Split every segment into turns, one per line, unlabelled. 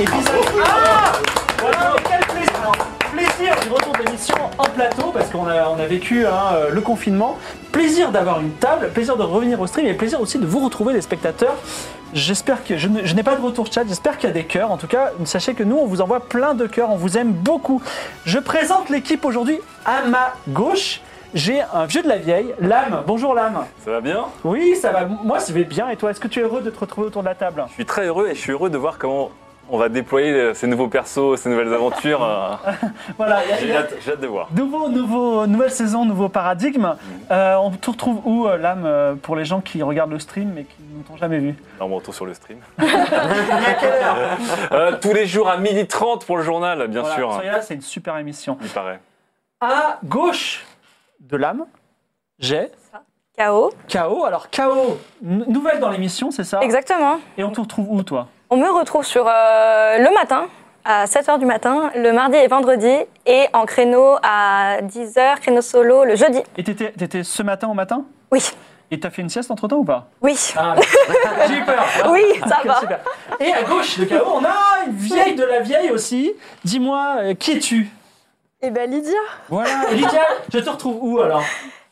Et puis ça Ah Voilà, mais quel plaisir Alors, Plaisir du retour de l'émission en plateau parce qu'on a, on a vécu hein, euh, le confinement. Plaisir d'avoir une table, plaisir de revenir au stream et plaisir aussi de vous retrouver les spectateurs. J'espère que je ne- je n'ai pas de retour chat, j'espère qu'il y a des cœurs. En tout cas, sachez que nous, on vous envoie plein de cœurs, on vous aime beaucoup. Je présente l'équipe aujourd'hui à ma gauche. J'ai un vieux de la vieille, Lame. Bonjour Lame.
Ça va bien
Oui, ça va. Moi, ça va bien. Et toi, est-ce que tu es heureux de te retrouver autour de la table
Je suis très heureux et je suis heureux de voir comment on va déployer euh, ces nouveaux persos, ces nouvelles aventures. euh,
Voilà. il y a- il
J'ai
y a-
hâte, j'ai hâte de voir.
Nouveau, nouveau, nouvelle saison, nouveau paradigme. Euh, on te retrouve où, euh, Lame, euh, pour les gens qui regardent le stream mais qui ne t'ont jamais vu
Non, bon, retour sur le stream. Euh, Tous les jours à 12h30 pour le journal, bien
Voilà,
sûr.
soyez là, c'est une super émission.
Il paraît.
À gauche de Lame, j'ai
KO.
KO. Alors, KO, n- nouvelle dans l'émission, c'est ça
Exactement.
Et on te retrouve où, toi
On me retrouve sur euh, le matin, à 7h du matin, le mardi et vendredi, et en créneau à 10h, créneau solo le jeudi.
Et t'étais t'étais ce matin au matin
Oui,
Et t'as fait une sieste entre temps ou pas
oui,
Ah, j'ai eu peur
oui, ça
Ah. Ok,
va.
super. Et à gauche de KO, on a une vieille de la vieille aussi. Dis-moi, euh, qui es-tu
Eh ben Lydia.
Voilà. Lydia, je te retrouve où alors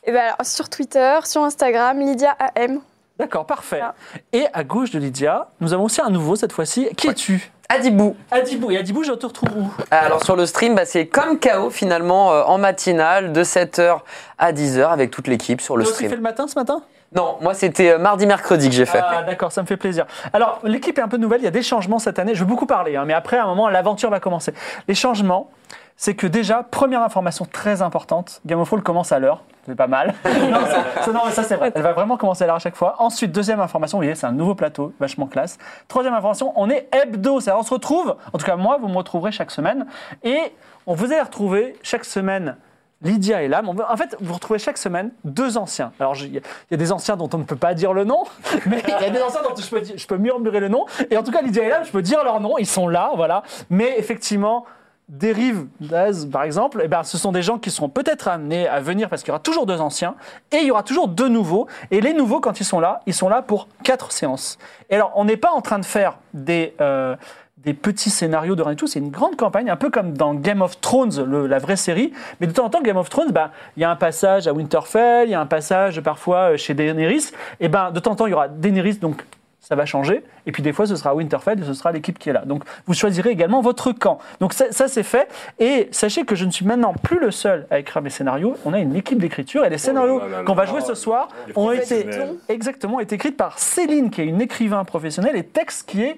Eh ben alors sur Twitter, sur Instagram, Lydia AM.
D'accord, parfait.
Ah.
Et à gauche de Lydia, nous avons aussi un nouveau cette fois-ci. Qui es-tu
Adibou.
Adibou. Et Adibou, je te retrouve où
Alors sur le stream, bah, c'est comme KO finalement euh, en matinale de 7h à 10h avec toute l'équipe sur le
Toi aussi fait
stream.
le matin ce matin
Non, moi c'était euh, mardi mercredi que j'ai fait.
Ah, d'accord, ça me fait plaisir. Alors, l'équipe est un peu nouvelle, il y a des changements cette année. Je vais beaucoup parler, hein, mais après, à un moment, l'aventure va commencer. Les changements, c'est que déjà, première information très importante, Game of Thrones commence à l'heure. C'est pas mal. non, ça, ça- non, mais ça, c'est vrai. Elle va vraiment commencer à l'heure à chaque fois. Ensuite, deuxième information, vous voyez, c'est un nouveau plateau, vachement classe. Troisième information, on est hebdo, c'est-à-dire on se retrouve, en tout cas moi, vous me retrouverez chaque semaine. Et on vous allez retrouver chaque semaine Lydia et Lame. On va- En fait, vous retrouvez chaque semaine deux anciens. Alors, je- il y, a- il y a des anciens dont on ne peut pas dire le nom, mais il y a des anciens dont je peux, dire- je peux murmurer le nom. Et en tout cas, Lydia et Lame, je peux dire leur nom, ils sont là, voilà. Mais effectivement, Dérive d'Az, par exemple, eh ben, ce sont des gens qui seront peut-être amenés à venir parce qu'il y aura toujours deux anciens et il y aura toujours deux nouveaux. Et les nouveaux, quand ils sont là, ils sont là pour quatre séances. Et alors, on n'est pas en train de faire des, euh, des petits scénarios de rien du tout, c'est une grande campagne, un peu comme dans Game of Thrones, le- la vraie série. Mais de temps en temps, Game of Thrones, bah, il y a un passage à Winterfell, il y a un passage parfois euh, chez Daenerys. Et ben, de temps en temps, il y aura Daenerys, donc ça va changer. Et puis des fois, ce sera Winterfell et ce sera l'équipe qui est là. Donc vous choisirez également votre camp. Donc ça, ça, c'est fait. Et sachez que je ne suis maintenant plus le seul à écrire mes scénarios. On a une équipe d'écriture et les scénarios
là Oh là là
qu'on va
là.
jouer ce soir
Les
ont été
professionnels.
exactement été écrites par Céline, qui est une écrivain professionnelle, et Tex, qui est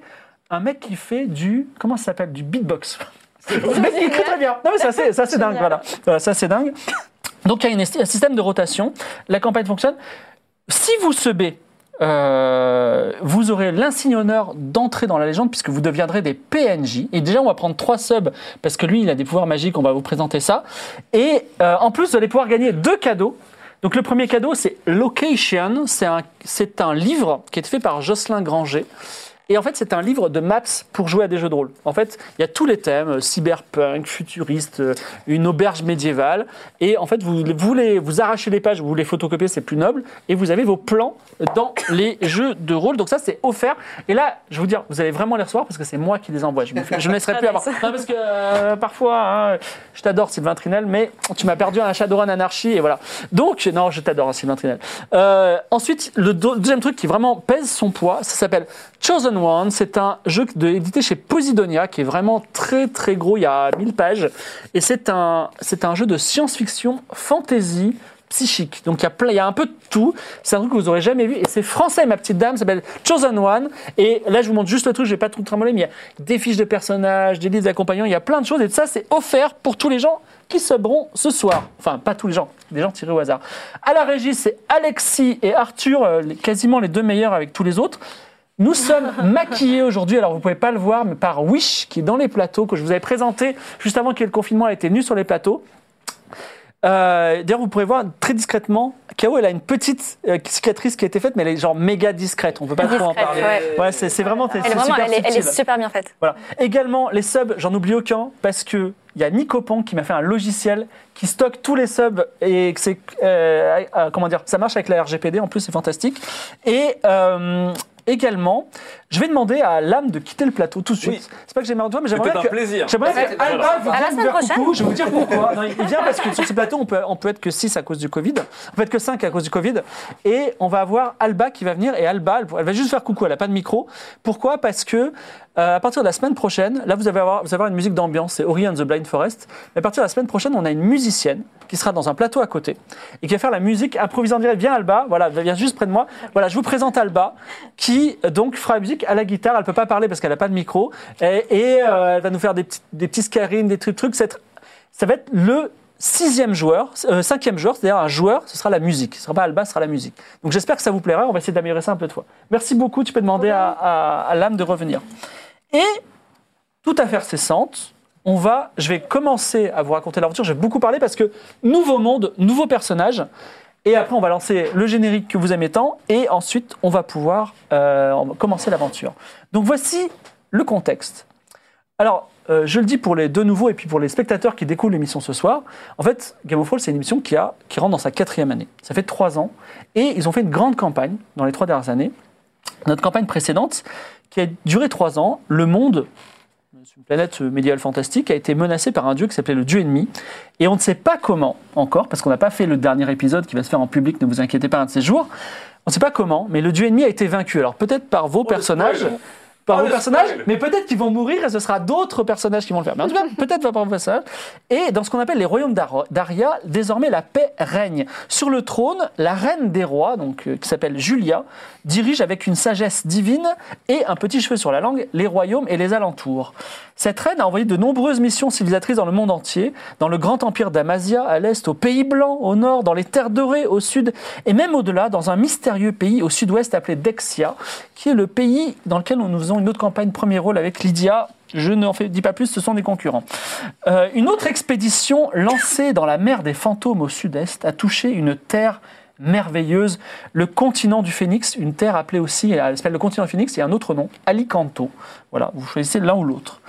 un mec qui fait du comment ça s'appelle du beatbox. Le mec qui écrit très bien. Non mais ça c'est ça c'est dingue.
Génial.
Voilà, Voilà, ça c'est dingue. Donc il y a une esti- un système de rotation. La campagne fonctionne. Si vous sebez, euh, vous aurez l'insigne honneur d'entrer dans la légende puisque vous deviendrez des PNJ. Et déjà, on va prendre trois subs parce que lui, il a des pouvoirs magiques. On va vous présenter ça. Et euh, en plus, vous allez pouvoir gagner deux cadeaux. Donc le premier cadeau, c'est Location. C'est un, c'est un livre qui est fait par Jocelyn Granger. Et en fait, c'est un livre de maps pour jouer à des jeux de rôle. En fait, il y a tous les thèmes, euh, cyberpunk, futuriste, euh, une auberge médiévale. Et en fait, vous, vous, les, vous arrachez les pages, vous les photocopiez, c'est plus noble. Et vous avez vos plans dans les jeux de rôle. Donc ça, c'est offert. Et là, je vous dire, vous allez vraiment les recevoir parce que c'est moi qui les envoie. Je, me fais- je ne laisserai plus avoir. Non, parce que euh, parfois, hein, je t'adore Sylvain Trinel, mais tu m'as perdu à un Shadowrun Anarchy. Et voilà. Donc, non, je t'adore hein, Sylvain Trinel. Euh, ensuite, le do- deuxième truc qui vraiment pèse son poids, ça s'appelle Chosen One. C'est un jeu de- édité chez Posidonia qui est vraiment très très gros, il y a 1000 pages. Et c'est un, c'est un jeu de science-fiction, fantasy, psychique. Donc il y, a plein- il y a un peu de tout. C'est un truc que vous aurez jamais vu. Et c'est français, ma petite dame, ça s'appelle Chosen One. Et là, je vous montre juste le truc, je vais pas tout trimballer, mais il y a des fiches de personnages, des livres d'accompagnants, il y a plein de choses. Et ça, c'est offert pour tous les gens qui subront ce soir. Enfin, pas tous les gens, des gens tirés au hasard. À la régie, c'est Alexis et Arthur, euh, les- quasiment les deux meilleurs avec tous les autres. Nous sommes maquillés aujourd'hui, alors vous pouvez pas le voir, mais par Wish, qui est dans les plateaux, que je vous avais présenté juste avant qu'il y ait le confinement, elle était nue sur les plateaux. Euh, D'ailleurs, vous pourrez voir très discrètement, K.O. elle a une petite euh, cicatrice qui a été faite, mais elle est genre méga discrète, on peut pas trop en
Discrète,
parler.
ouais.
Ouais, c'est c'est vraiment,
Elle, est
c'est
vraiment,
super
elle, est, elle est
subtil.
super bien faite.
Voilà. Également, les subs, j'en oublie aucun parce que il y a Nicopon qui m'a fait un logiciel qui stocke tous les subs et que c'est euh, euh, comment dire, ça marche avec la RGPD en plus, c'est fantastique. Et euh, également, je vais demander à l'âme de quitter le plateau tout de suite. C'est pas que j'ai marre de toi, mais j'aimerais
C'était un
que
plaisir.
J'aimerais que Alba vous
À la
vienne
semaine
faire coucou.
prochaine.
Je vais vous dire pourquoi. Non, il vient parce que sur ce plateau, on peut, on peut être que 6 à cause du Covid. On peut être que 5 à cause du Covid. Et on va avoir Alba qui va venir. Et Alba, elle, elle va juste faire coucou. Elle n'a pas de micro. Pourquoi Parce que euh, à partir de la semaine prochaine, là, vous allez avoir, vous allez avoir une musique d'ambiance. C'est Ori and the Blind Forest. Mais à partir de la semaine prochaine, on a une musicienne qui sera dans un plateau à côté et qui va faire la musique improvisée en direct. Viens, Alba. Voilà, viens juste près de moi. Voilà, je vous présente Alba qui euh, donc fera la musique à la guitare. Elle peut pas parler parce qu'elle n'a pas de micro. Et, et, euh, elle va nous faire des petits, des petits scarines, des trucs, trucs. Cette- ça va être le sixième joueur, euh, cinquième joueur, c'est-à-dire un joueur, ce sera la musique. Ce sera pas Alba, ce sera la musique. Donc j'espère que ça vous plaira. On va essayer d'améliorer ça un peu de fois. Merci beaucoup. Tu peux demander à, à- à l'âme de revenir. Et tout à faire cessante. On va, je vais commencer à vous raconter l'aventure. J'ai beaucoup parlé parce que nouveau monde, nouveau personnage. Et après, on va lancer le générique que vous aimez tant. Et ensuite, on va pouvoir euh, commencer l'aventure. Donc voici le contexte. Alors, euh, je le dis pour les deux nouveaux et puis pour les spectateurs qui découvrent l'émission ce soir. En fait, Game of Thrones, c'est une émission qui, a, qui rentre dans sa quatrième année. Ça fait trois ans. Et ils ont fait une grande campagne dans les trois dernières années. Notre campagne précédente, qui a duré trois ans, le monde, c'est une planète euh, médiévale fantastique, a été menacé par un dieu qui s'appelait le dieu ennemi. Et on ne sait pas comment encore, parce qu'on n'a pas fait le dernier épisode qui va se faire en public, ne vous inquiétez pas, un de ces jours. On ne sait pas comment, mais le dieu ennemi a été vaincu. Alors peut-être par vos personnages, par
Oh,
vos
le
personnages,
spoil
mais peut-être qu'ils vont mourir et ce sera d'autres personnages qui vont le faire. Mais en tout cas, peut-être pas par vos personnages. Et dans ce qu'on appelle les royaumes d'Aro- d'Aria, désormais la paix règne. Sur le trône, la reine des rois, donc euh, qui s'appelle Julia, dirige avec une sagesse divine et un petit cheveu sur la langue les royaumes et les alentours. Cette reine a envoyé de nombreuses missions civilisatrices dans le monde entier, dans le grand empire d'Amazia à l'est, au Pays Blanc au nord, dans les terres dorées au sud et même au-delà, dans un mystérieux pays au sud-ouest appelé Dexia, qui est le pays dans lequel nous faisons une autre campagne premier rôle avec Lydia. Je n'en fais- dis pas plus, ce sont des concurrents. Euh, une autre expédition lancée dans la mer des fantômes au sud-est a touché une terre merveilleuse, le continent du Phénix, une terre appelée aussi, elle s'appelle le continent du Phénix, et un autre nom, Alicanto. Voilà, vous choisissez l'un ou l'autre.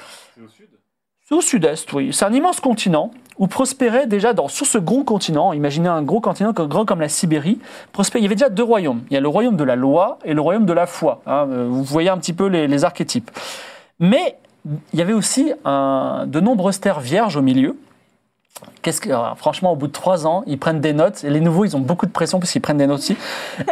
C'est au sud-est, oui. C'est un immense continent où prospérait déjà, dans, sur ce gros continent, imaginez un gros continent comme- grand comme la Sibérie, prospé- il y avait déjà deux royaumes. Il y a le royaume de la loi et le royaume de la foi. hein. Euh, vous voyez un petit peu les, les archétypes. Mais il y avait aussi un- de nombreuses terres vierges au milieu. Qu'est-ce que, alors, franchement, au bout de trois ans, ils prennent des notes. Et les nouveaux, ils ont beaucoup de pression parce qu'ils prennent des notes aussi.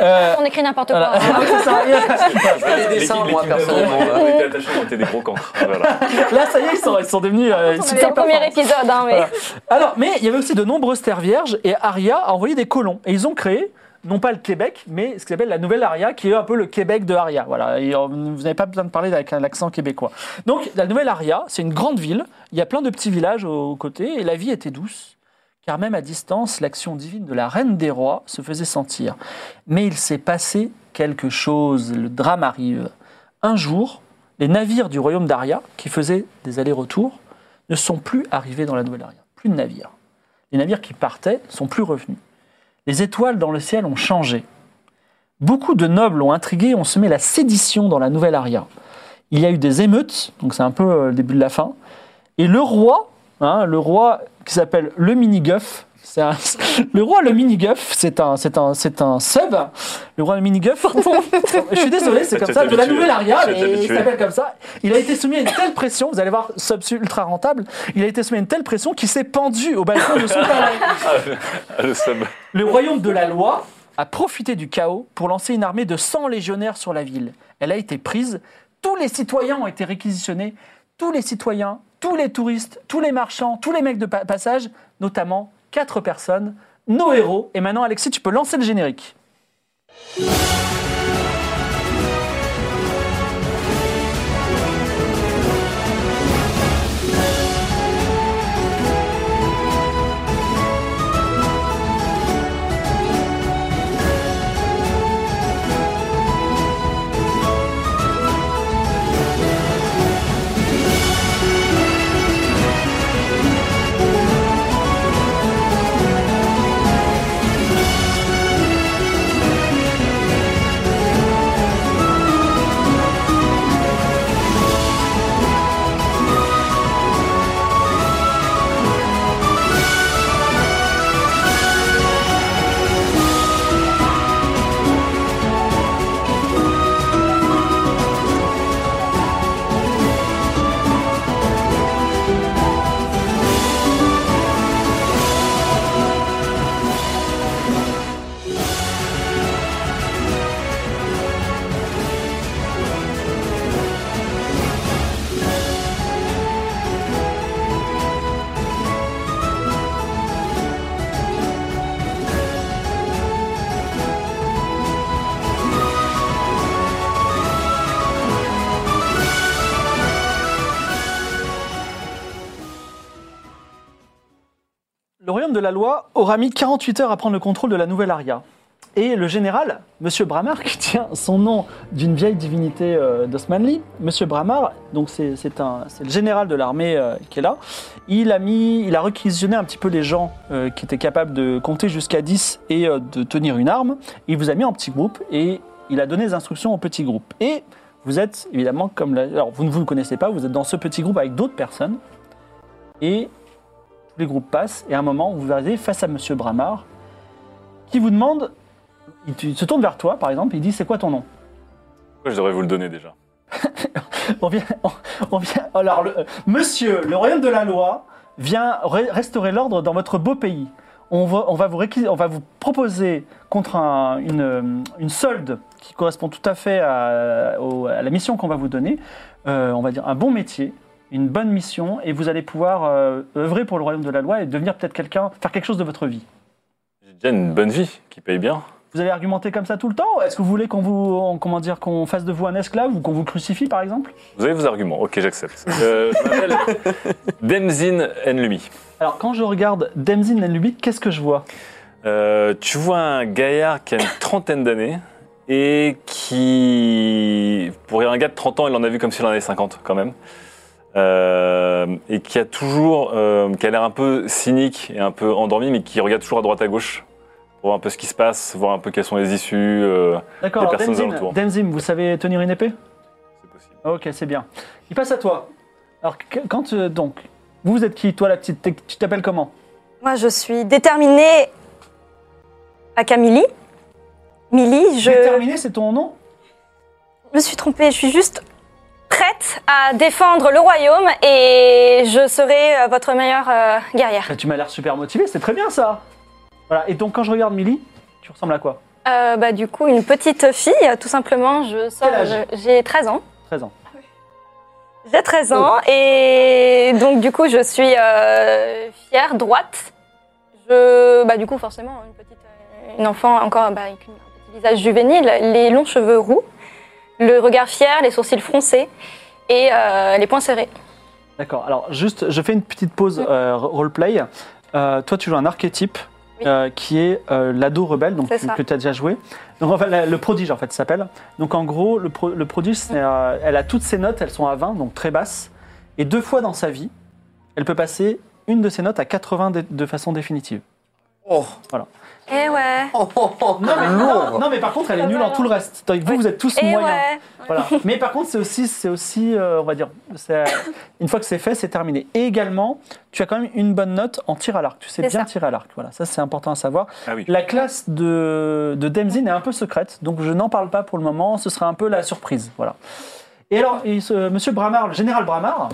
Euh,
On écrit n'importe
voilà.
quoi. hein.
Ah oui, c'est ça.
les dessins, moi, personnellement.
On était attachés, on était des gros cancres. Voilà.
Là, ça y est, ils sont, ils sont devenus. euh,
C'est le
super
premier
performants.
épisode, hein, mais
Voilà. Alors, mais il y avait aussi de nombreuses terres vierges et Aria a envoyé des colons. Et ils ont créé, non pas le Québec, mais ce qu'ils appellent la Nouvelle Aria, qui est un peu le Québec de Aria. Voilà, et euh, vous n'avez pas besoin de parler avec un accent québécois. Donc, la Nouvelle Aria, c'est une grande ville. Il y a plein de petits villages aux côtés et la vie était douce. Car même à distance, l'action divine de la reine des rois se faisait sentir. Mais il s'est passé quelque chose. Le drame arrive. Un jour, les navires du royaume d'Aria, qui faisaient des allers-retours, ne sont plus arrivés dans la Nouvelle-Aria. Plus de navires. Les navires qui partaient sont plus revenus. Les étoiles dans le ciel ont changé. Beaucoup de nobles ont intrigué et ont semé la sédition dans la Nouvelle-Aria. Il y a eu des émeutes, donc c'est un peu euh, le début de la fin. Et le roi, hein, le roi qui s'appelle le mini-guff, c'est un- le roi le mini-guff, c'est un, c'est un, c'est un sub. Le roi le mini-guff, pardon. je suis désolé, c'est
Tu
comme
t'es
ça, de la
habitué.
Nouvelle-Aria,
Tu t'es
mais il
habitué.
s'appelle comme ça. Il a été soumis à une telle pression, vous allez voir, sub ultra rentable, il a été soumis à une telle pression qu'il s'est pendu au balcon de son palais.
Ah, le sub.
Le royaume de la loi a profité du chaos pour lancer une armée de 100 légionnaires sur la ville. Elle a été prise tous les citoyens ont été réquisitionnés, tous les citoyens, tous les touristes, tous les marchands, tous les mecs de pa- passage, notamment quatre personnes, nos héros. Et maintenant, Alexis, tu peux lancer le générique. Le royaume de la loi aura mis 48 heures à prendre le contrôle de la nouvelle aria. Et le général, Monsieur Bramar, qui tient son nom d'une vieille divinité euh, d'Osmanli, Monsieur Bramar, donc c'est c'est un- c'est le général de l'armée euh, qui est là, il a, mis, il a réquisitionné un petit peu les gens euh, qui étaient capables de compter jusqu'à 10 et euh, de tenir une arme. Il vous a mis en petit groupe et il a donné des instructions au petit groupe. Et vous êtes évidemment comme... la- alors vous ne vous le connaissez pas, vous êtes dans ce petit groupe avec d'autres personnes. Et tous les groupes passent, et à un moment, vous arrivez face à Monsieur Bramar, qui vous demande, il te- il se tourne vers toi, par exemple, et il dit, c'est quoi ton nom
Pourquoi je devrais vous le donner déjà
on vient, on, on vient- alors, le- euh, Monsieur, le royaume de la loi vient re- restaurer l'ordre dans votre beau pays. On va, on va, vous, réquis- on va vous proposer contre un- une, euh, une solde qui correspond tout à fait à, au- à la mission qu'on va vous donner, euh, on va dire un bon métier, une bonne mission, et vous allez pouvoir euh, œuvrer pour le royaume de la loi et devenir peut-être quelqu'un, faire quelque chose de votre vie.
J'ai déjà une bonne vie qui paye bien.
Vous allez argumenter comme ça tout le temps Est-ce que vous voulez qu'on vous, on- comment dire, qu'on fasse de vous un esclave ou qu'on vous crucifie par exemple
Vous avez vos arguments, ok, j'accepte. Euh, je m'appelle Demzin Enlumi.
Alors quand je regarde Demzin Lenlubi, qu'est-ce que je vois
Euh, tu vois un gaillard qui a une trentaine d'années et qui, pour un gars de 30 ans, il en a vu comme s'il en avait 50 quand même. Euh, et qui a toujours, euh, qui a l'air un peu cynique et un peu endormi, mais qui regarde toujours à droite à gauche pour voir un peu ce qui se passe, voir un peu quelles sont les issues. euh,
D'accord,
Les
alors,
personnes
Demzin,
alentour.
Demzin, vous savez tenir une épée
c'est possible.
Ok, c'est bien. Il passe à toi. Alors que- quand euh, donc vous êtes qui Toi la petite, t'es- tu t'appelles comment
Moi, je suis déterminée à Camille. Milly, je
Déterminé, c'est ton nom
me suis trompée. Je suis juste prête à défendre le royaume et je serai euh, votre meilleure euh, guerrière.
Bah, Tu m'as l'air super motivé, c'est très bien ça Voilà, et donc quand je regarde Millie, tu ressembles à quoi
Euh, bah, du coup, une petite fille, tout simplement. Je sors.
Quel âge
je- J'ai 13 ans.
13 ans.
J'ai 13 ans
Oh.
et donc du coup je suis euh, fière, droite. Je, bah du coup forcément une petite, euh, une enfant encore bah, avec une- un petit visage juvénile, les longs cheveux roux, le regard fier, les sourcils froncés et euh, les poings serrés.
D'accord, alors juste, je fais une petite pause euh, roleplay. Euh, toi, tu joues un archétype
Oui.
euh, qui est euh, l'ado rebelle, donc
C'est
tu-
ça.
que tu as déjà joué. Donc, enfin, la- le prodige, en fait, ça s'appelle. Donc, en gros, le, pro- le prodige, c'est, euh, elle a toutes ses notes, elles sont à 20, donc très basses. Et deux fois dans sa vie, elle peut passer une de ses notes à 80 de, de façon définitive.
Oh,
Eh ouais.
oh, oh, oh, lourd.
non, mais par contre,
Ah,
elle est nulle en tout le reste. Donc, vous, vous êtes tous
Eh
moyens.
ouais.
Voilà. Mais par contre, c'est aussi, c'est aussi, euh, on va dire, c'est- une fois que c'est fait, c'est terminé. Et également, tu as quand même une bonne note en tir à l'arc. Tu sais
C'est
bien
ça.
tirer à l'arc. Voilà, ça c'est important à savoir.
Ah oui.
La classe de, de Demzin est un peu secrète, donc je n'en parle pas pour le moment. Ce sera un peu la surprise. Voilà. Et alors, et ce- Monsieur Bramar, le général Bramar,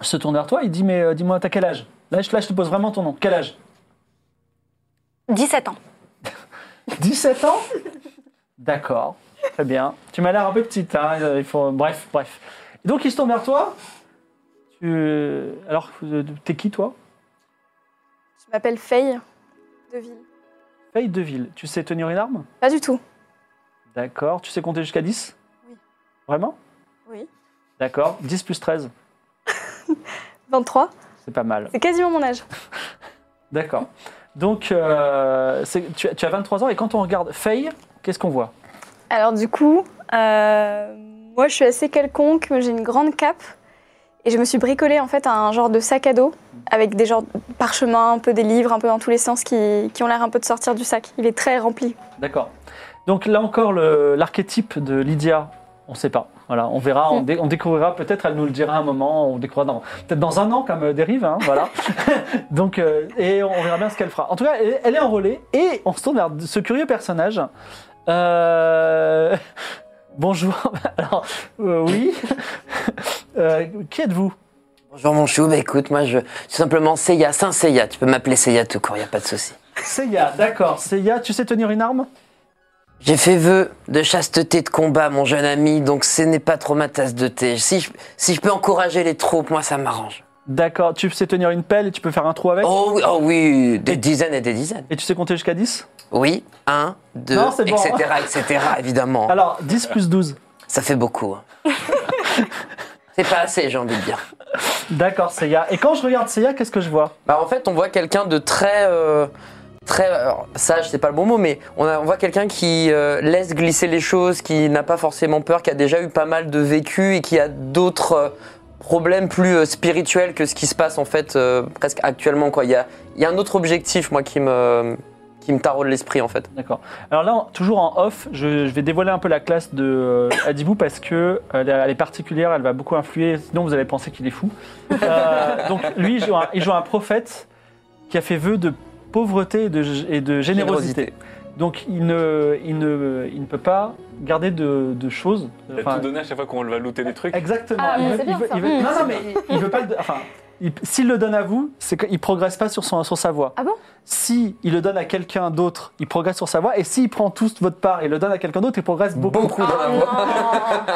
se tourne vers toi. Il dit mais euh, dis-moi, t'as quel âge là je, là, je te pose vraiment ton nom. Quel âge
17 ans.
17 ans D'accord. Très bien. Tu m'as l'air un peu petite, hein, il faut... Bref, bref. Et donc, il se tourne vers toi. Tu... Alors, euh, t'es qui, toi
Je m'appelle Faye de Ville.
Faye Deville. Tu sais tenir une arme
Pas du tout.
D'accord. Tu sais compter jusqu'à 10
Oui.
Vraiment
Oui.
D'accord. 10 plus 13,
23.
c'est pas mal.
C'est quasiment mon âge.
D'accord. Donc, euh, c'est- tu, as- tu as 23 ans et quand on regarde Faye, qu'est-ce qu'on voit
Alors du coup, euh, moi je suis assez quelconque, j'ai une grande cape et je me suis bricolé en fait un genre de sac à dos avec des genres de parchemins, un peu des livres, un peu dans tous les sens qui, qui ont l'air un peu de sortir du sac. Il est très rempli.
D'accord. Donc là encore, le- l'archétype de Lydia, on ne sait pas. Voilà, on verra, on, dé- on découvrira peut-être, elle nous le dira à un moment, on découvrira dans- peut-être dans un an comme euh, dérive, hein, voilà. Donc, euh, et on verra bien ce qu'elle fera. En tout cas, elle, elle est enrôlée et on se tourne vers ce curieux personnage. Euh, Bonjour. Alors, euh, oui. Euh, qui êtes-vous
Bonjour mon chou, bah écoute, moi je. Tout simplement Seiya, Saint Seiya, tu peux m'appeler Seiya tout court, y a pas de souci.
Seiya, d'accord. Seiya, tu sais tenir une arme
J'ai fait vœu de chasteté de combat, mon jeune ami, donc ce n'est pas trop ma tasse de thé. Si je, si je peux encourager les troupes, moi ça m'arrange.
D'accord. Tu sais tenir une pelle et tu peux faire un trou avec
Oh oui, oh oui, des dizaines et des dizaines.
Et tu sais compter jusqu'à 10
Oui, un, deux,
Non, c'est bon.
etc., etc., évidemment.
Alors, 10 plus 12.
Ça fait beaucoup. hein. c'est pas assez, j'ai envie de dire.
D'accord, Seiya. Et quand je regarde Seiya, qu'est-ce que je vois
Bah en fait, on voit quelqu'un de très euh, très alors, sage, c'est pas le bon mot, mais on, a- on voit quelqu'un qui euh, laisse glisser les choses, qui n'a pas forcément peur, qui a déjà eu pas mal de vécu et qui a d'autres euh, problèmes plus euh, spirituels que ce qui se passe en fait euh, presque actuellement quoi. Il y a, il y a un autre objectif moi qui me qui me taraude l'esprit en fait.
D'accord. Alors là, en- toujours en off, je, je vais dévoiler un peu la classe de euh, Adibou parce que euh, elle, est- elle est particulière, elle va beaucoup influer, sinon vous allez penser qu'il est fou. Euh, donc lui, il joue, un, il joue un prophète qui a fait vœu de pauvreté et de, g- et de générosité. Donc il ne, il, ne, il ne peut pas garder de, de choses.
Il a
Enfin,
tout donné à chaque fois qu'on va looter des trucs.
Exactement.
Ah,
Il
mais
veut-
c'est
il
bien,
veut-
ça.
il veut-
Mmh.
Non, non, mais il, il veut pas le. Enfin, il- s'il le donne à vous, c'est qu'il progresse pas sur, son, sur sa voie.
Ah bon
Si il le donne à quelqu'un d'autre, il progresse sur sa voie. Et s'il prend tous votre part et le donne à quelqu'un d'autre, il
Mm.
progresse beaucoup.
Beaucoup dans la voix.
Oh.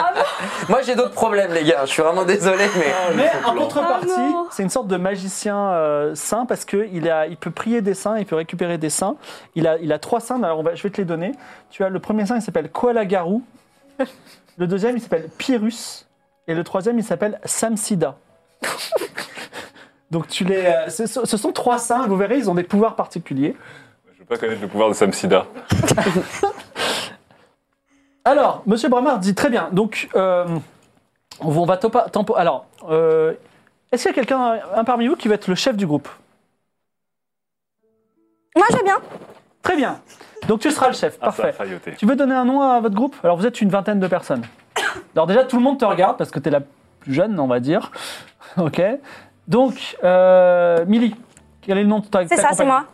Moi j'ai d'autres problèmes les gars, je suis vraiment désolé mais
Mais en contrepartie,
Ah non.
c'est une sorte de magicien euh, saint parce que il a, il peut prier des saints, il peut récupérer des saints. Il a, il a trois saints. Alors on va, je vais te les donner. Tu as le premier saint, il s'appelle Koala Garou. Le deuxième, il s'appelle Pyrrhus. Et le troisième, il s'appelle Samsida. Donc tu les, euh, ce, ce- ce sont trois saints. Vous verrez, ils ont des pouvoirs particuliers.
Je veux pas connaître le pouvoir de Samsida.
Alors, Monsieur Bramard dit très bien. Donc, euh, on va topa- tempo. Alors, euh, est-ce qu'il y a quelqu'un, un parmi vous, qui va être le chef du groupe
Moi, je veux bien.
Très bien. Donc tu seras le chef.
Ah, ça a
Parfait.
failloté.
Tu veux donner un nom à votre groupe Alors vous êtes une vingtaine de personnes. Alors déjà, tout le monde te regarde parce que tu es la plus jeune, on va dire. Ok. Donc, euh, Milly, quel est le nom de ta ta
C'est ça, c'est
compagnie
moi.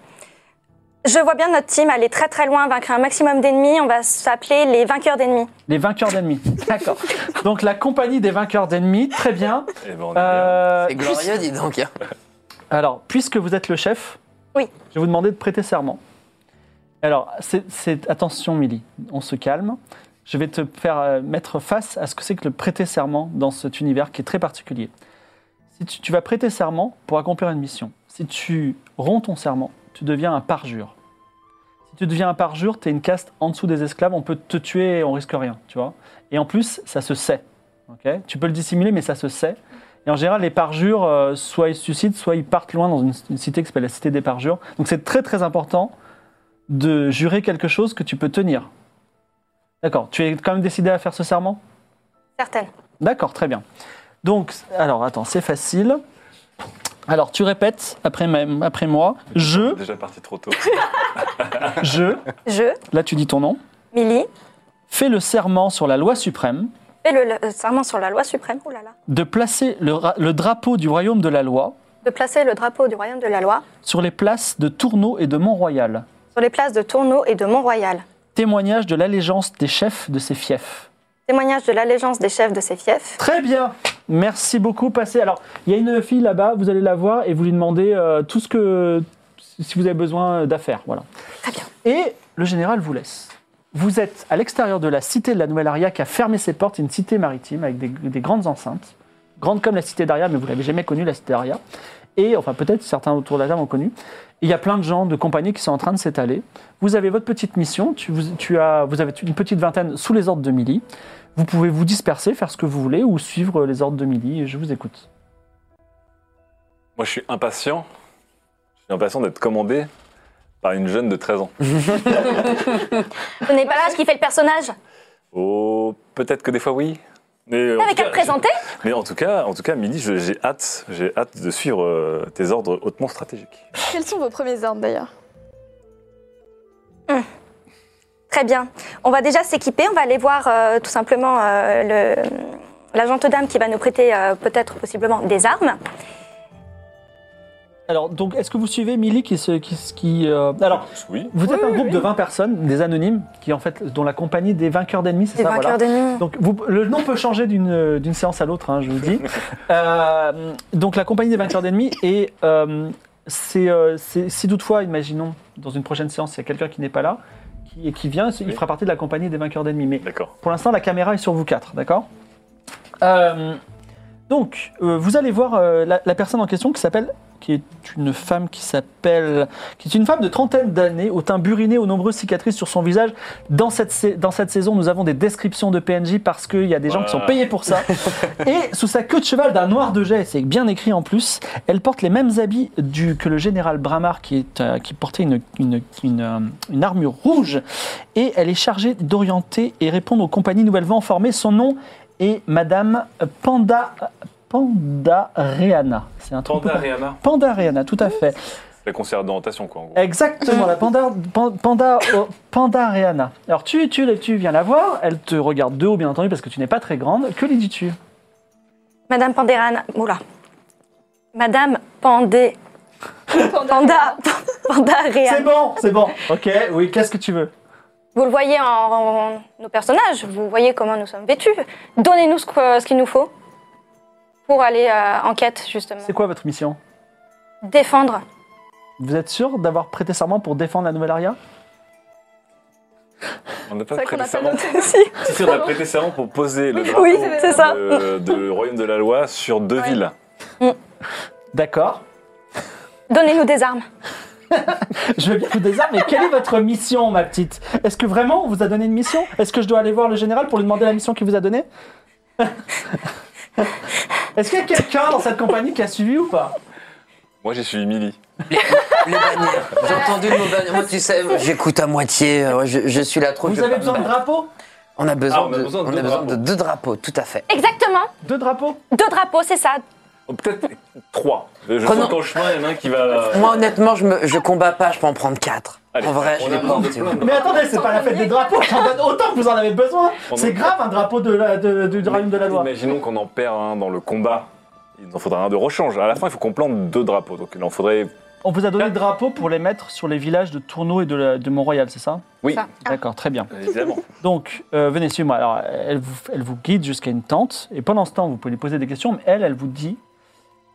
Je vois bien notre team aller très très loin, vaincre un maximum d'ennemis. On va s'appeler les vainqueurs d'ennemis.
Les vainqueurs d'ennemis. D'accord. Donc la compagnie des vainqueurs d'ennemis, très bien.
Eh ben, on est
Euh,
c'est glorieux dis donc. hein.
Alors, puisque vous êtes le chef,
Oui.
je vais vous demander de prêter serment. Alors, c'est- c'est- attention, Milly, on se calme. Je vais te faire euh, mettre face à ce que c'est que le prêter serment dans cet univers qui est très particulier. Si tu, tu vas prêter serment pour accomplir une mission, si tu romps ton serment, tu deviens un parjure. Si tu deviens un parjure, tu es une caste en dessous des esclaves, on peut te tuer et on risque rien, tu vois. Et en plus, ça se sait. ok tu peux le dissimuler, mais ça se sait. Et en général, les parjures, euh, soit ils se suicident, soit ils partent loin dans une, une cité qui s'appelle la cité des parjures. Donc c'est très très important de jurer quelque chose que tu peux tenir. D'accord, tu es quand même décidé à faire ce serment
Certaines.
D'accord, très bien. Donc, alors attends, c'est facile. Alors tu répètes après, même, après moi, je,
déjà parti trop tôt.
je,
Je,
là tu dis ton nom,
Millie,
fais le serment sur la loi suprême
fais le, le serment sur la loi suprême. Ouh là là.
de placer le ra- le drapeau du royaume de la loi
De placer le drapeau du royaume de la loi
sur les places de Tourneau et de Mont-Royal.
sur les places de Tourneau et de Mont-Royal.
témoignage de l'allégeance des chefs de ces fiefs.
Témoignage de l'allégeance des chefs de ces fiefs.
Très bien, merci beaucoup. Passez. Alors, il y a une fille là-bas, vous allez la voir et vous lui demandez euh, tout ce que si vous avez besoin d'affaires, voilà. Très bien. Et le général vous laisse. Vous êtes à l'extérieur de la cité de la Nouvelle-Aria qui a fermé ses portes, une cité maritime avec des, des grandes enceintes, grande comme la cité d'Aria, mais vous l'avez jamais connue, la cité d'Aria. Et enfin, peut-être certains autour de la table ont connu. Il y a plein de gens de compagnies qui sont en train de s'étaler. Vous avez votre petite mission, tu, vous, tu as, vous avez une petite vingtaine sous les ordres de Milly. Vous pouvez vous disperser, faire ce que vous voulez ou suivre les ordres de Milly. Je vous écoute.
Moi, je suis impatient. Je suis impatient d'être commandé par une jeune de 13 ans.
On n'est pas là ce qui fait le personnage.
Oh, peut-être que des fois oui. Mais en, tout
T'avais
euh,
qu'à le
cas,
présenter.
j'ai- mais en tout cas, en tout cas, Milly, je- j'ai hâte, j'ai hâte de suivre euh, tes ordres hautement stratégiques.
Quels sont vos premiers ordres d'ailleurs
Très bien. On va déjà s'équiper. On va aller voir euh, tout simplement euh, le- la gente dame qui va nous prêter euh, peut-être, possiblement, des armes.
Alors, donc, est-ce que vous suivez Milly qui se. Qui, se- qui, euh, Alors,
oui.
vous êtes un groupe de 20 personnes, des anonymes, qui en fait, dont la compagnie des vainqueurs d'ennemis, c'est
Des
ça voilà.
vainqueurs d'ennemis.
Donc, vous- le nom peut changer d'une euh, d'une séance à l'autre, hein, je vous le dis. Euh, donc, la compagnie des vainqueurs d'ennemis, et euh, c'est euh, c'est- si toutefois, imaginons, dans une prochaine séance, il y a quelqu'un qui n'est pas là, qui, et qui vient, il
Oui.
fera partie de la compagnie des vainqueurs d'ennemis. Mais
D'accord.
pour l'instant, la caméra est sur vous quatre, d'accord Euh, Donc, euh, vous allez voir euh, la, la personne en question qui s'appelle, qui est une femme qui s'appelle, qui est une femme de trentaine d'années, au teint buriné, aux nombreuses cicatrices sur son visage. Dans cette, sa- dans cette saison, nous avons des descriptions de PNJ parce qu'il y a des gens qui sont
Voilà.
payés pour ça. Et sous sa queue de cheval d'un noir de jet, c'est bien écrit en plus, elle porte les mêmes habits du, que le général Bramar qui, est, euh, qui portait une, une- une, euh, une armure rouge. Et elle est chargée d'orienter et répondre aux compagnies nouvellement formées. Son nom est Madame Panda. Pandareana. C'est un truc.
Panda Rihanna.
Pandareana, tout à fait.
La conseillère d'orientation, quoi, en
Eh,
gros.
Exactement, la panda, pan- panda, oh, Pandareana. Alors tu, tu, tu viens la voir, elle te regarde de haut, bien entendu, parce que tu n'es pas très grande. Que lui dis-tu
Madame Pandérana. Oula. Madame Pandé. Panda. Panda
C'est
réel.
bon, c'est bon. Ok, oui, qu'est-ce que tu veux
Vous le voyez en, en- nos personnages. Vous voyez comment nous sommes vêtus. Donnez-nous ce, que- ce qu'il nous faut pour aller euh, en quête, justement.
C'est quoi votre mission
Défendre.
Vous êtes sûr d'avoir prêté serment pour défendre la nouvelle aria
On n'a pas
C'est ça qu'on
prêté
a pas
serment.
noté.
Si, si, on a prêté serment pour poser le drapeau
Oui, c'est ça.
de, de Royaume de la Loi sur deux villes.
D'accord.
Donnez-nous des armes.
Je veux bien vous désarmer, mais quelle est votre mission, ma petite Est-ce que vraiment on vous a donné une mission Est-ce que je dois aller voir le général pour lui demander la mission qu'il vous a donnée Est-ce qu'il y a quelqu'un dans cette compagnie qui a suivi ou pas
Moi, j'ai suivi Milly.
Les bannières. J'ai entendu le mot bannière. Moi, tu sais, j'écoute à moitié. euh, Je, je suis là trop.
Vous
je vais
avez
pas
besoin
me
de
battre.
drapeaux
On a besoin,
Ah, on a
de,
besoin de
on a
deux
besoin de
drapeaux.
deux drapeaux, tout à fait.
Exactement.
Deux drapeaux
Deux drapeaux, c'est ça.
Oh, Peut-être trois. Je
Prenons-
sens qu'en chemin, il y en a un qui va.
Moi, honnêtement, je, me, je combats pas, je peux en prendre quatre.
Allez,
en vrai, je
on
les
a besoin
porte.
de
tu
plein
vois.
de-
Mais attendez, c'est pas la fête des drapeaux, j'en donne autant que vous en avez besoin C'est grave un drapeau de la- de- du royaume de la loi
Imaginons qu'on en perd un dans le combat. Il nous en faudra un de rechange. À la fin, il faut qu'on plante deux drapeaux. Donc il en faudrait.
On vous a donné le drapeau pour les mettre sur les villages de Tourneau et de, la- de Mont-Royal, c'est ça
Oui.
Ça.
D'accord, très bien.
Évidemment.
Donc, euh, venez, suivez-moi. Alors, elle vous, elle vous guide jusqu'à une tente, et pendant ce temps, vous pouvez lui poser des questions, mais elle, elle vous dit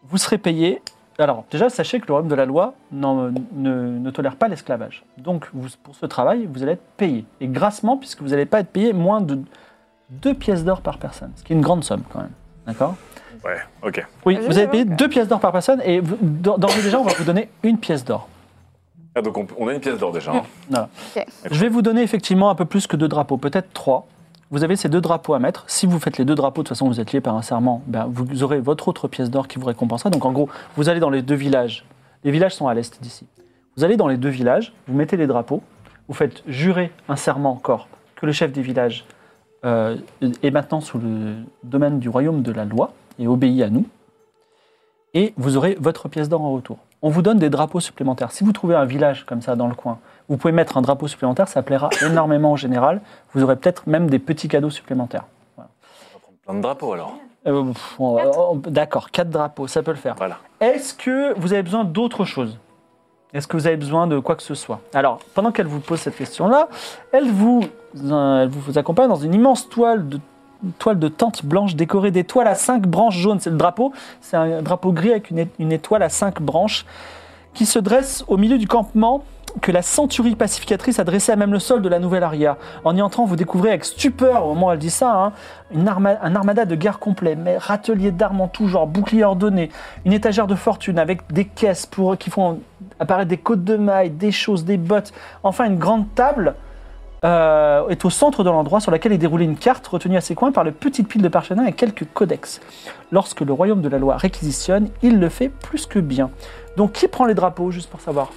vous serez payé. Alors, déjà, sachez que le royaume de la loi n'en- ne, ne tolère pas l'esclavage. Donc, vous- pour ce travail, vous allez être payé. Et grassement, puisque vous n'allez pas être payé moins de 2 pièces d'or par personne, ce qui est une grande somme quand même. D'accord
Ouais, ok.
Oui,
Ah,
vous allez
justement,
payer
quand
2 pièces d'or par personne, et vous- d'or- d'ores et déjà, on va vous donner une pièce d'or.
Ah, donc on, on a une pièce d'or déjà. hein.
Je vais vous donner effectivement un peu plus que deux drapeaux, peut-être trois. Vous avez ces deux drapeaux à mettre. Si vous faites les deux drapeaux, de toute façon, vous êtes liés par un serment, ben, vous aurez votre autre pièce d'or qui vous récompensera. Donc en gros, vous allez dans les deux villages. Les villages sont à l'est d'ici. Vous allez dans les deux villages, vous mettez les drapeaux, vous faites jurer un serment encore que le chef des villages euh, est maintenant sous le domaine du royaume de la loi et obéit à nous. Et vous aurez votre pièce d'or en retour. On vous donne des drapeaux supplémentaires. Si vous trouvez un village comme ça dans le coin, vous pouvez mettre un drapeau supplémentaire, ça plaira énormément en général. Vous aurez peut-être même des petits cadeaux supplémentaires.
Plein de drapeaux alors.
Euh, pff, on- on- D'accord, quatre drapeaux, ça peut le faire.
Voilà.
Est-ce que vous avez besoin d'autre chose Est-ce que vous avez besoin de quoi que ce soit Alors, pendant qu'elle vous pose cette question-là, elle vous, euh, elle vous accompagne dans une immense toile de une toile de tente blanche décorée d'étoiles à cinq branches jaunes. C'est le drapeau. C'est un drapeau gris avec une, é- une étoile à cinq branches qui se dresse au milieu du campement que la centurie pacificatrice a dressée à même le sol de la nouvelle aria. En y entrant, vous découvrez avec stupeur, au moment où elle dit ça, hein, une arma- un armada de guerre complet, mais râtelier d'armes en tout genre, bouclier ordonné, une étagère de fortune avec des caisses pour, qui font apparaître des côtes de mailles, des choses, des bottes, enfin une grande table euh, est au centre de l'endroit sur laquelle est déroulée une carte retenue à ses coins par le petite pile de parchemin et quelques codex. Lorsque le royaume de la loi réquisitionne, il le fait plus que bien. Donc qui prend les drapeaux, juste pour savoir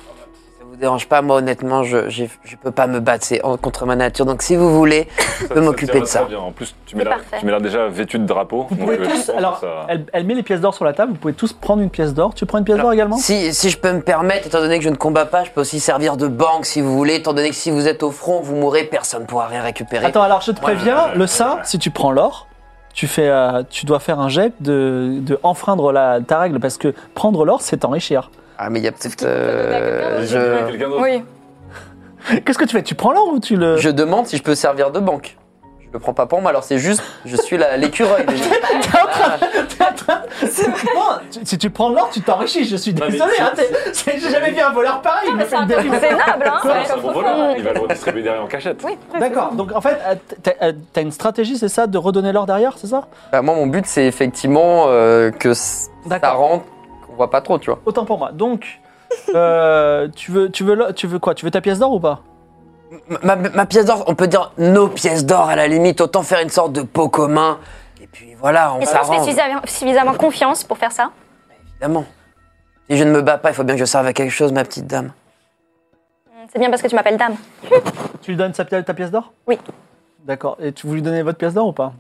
Ça vous dérange pas, moi honnêtement, je, j'ai- je peux pas me battre, c'est en- contre ma nature. Donc si vous voulez, je peux m'occuper
tira
de
très
ça.
bien. En plus, tu
C'est
mets, là,
parfait.
tu mets là déjà vêtu de drapeau.
Vous
donc,
pouvez
euh, je
tous,
pense que
alors,
ça-
elle, elle met les pièces d'or sur la table, vous pouvez tous prendre une pièce d'or. Tu prends une pièce d'or également
Si, si je peux me permettre, étant donné que je ne combats pas, je peux aussi servir de banque si vous voulez, étant donné que si vous êtes au front, vous mourrez, personne ne pourra rien récupérer.
Attends, alors je te préviens,
ouais,
le
ouais,
ça,
ouais.
si tu prends l'or, tu, fais, euh, tu dois faire un jet de, de enfreindre la, ta règle, parce que prendre l'or, c'est enrichir.
Ah mais il y a peut-être...
qu'il peut donner à quelqu'un
euh,
d'autre.
je,
Quelqu'un d'autre
Oui.
Qu'est-ce que tu fais Tu prends l'or ou tu le...
je demande si je peux servir de banque. Je le prends pas pour moi, alors c'est juste, je suis la- l'écureuil. déjà.
T'es en train- t'es en train- Non, tu- si tu prends l'or, tu t'enrichis, je suis
Non, mais
désolé.
c'est-
hein, t'es- c'est- J'ai jamais vu un voleur pareil. il me
mais
fait
c'est
une
un peu
dérive.
raisonnable, hein.
Quoi
Ouais.
C'est un bon voleur. Il va le redistribuer derrière en cachette.
Oui.
D'accord, donc en fait, euh, t'as- euh, t'as une stratégie, c'est ça, de redonner l'or derrière, c'est ça
Bah, moi, mon but, c'est effectivement euh, que c- ça
D'accord.
rentre, qu'on voit pas trop, tu vois.
Autant pour moi. Donc, euh, tu, veux, tu, veux, l'or- tu veux quoi Tu veux ta pièce d'or ou pas
Ma, ma- ma pièce d'or, on peut dire nos pièces d'or à la limite, autant faire une sorte de pot commun. Et puis voilà, on
Est-ce qu'on se fait
s'arrange,
suffisamment, suffisamment confiance pour faire ça
évidemment. Si je ne me bats pas, il faut bien que je serve à quelque chose, ma petite dame.
C'est bien parce que tu m'appelles dame.
Tu lui donnes sa, pi- ta pièce d'or
Oui.
D'accord. Et tu, vous lui donnez votre pièce d'or ou pas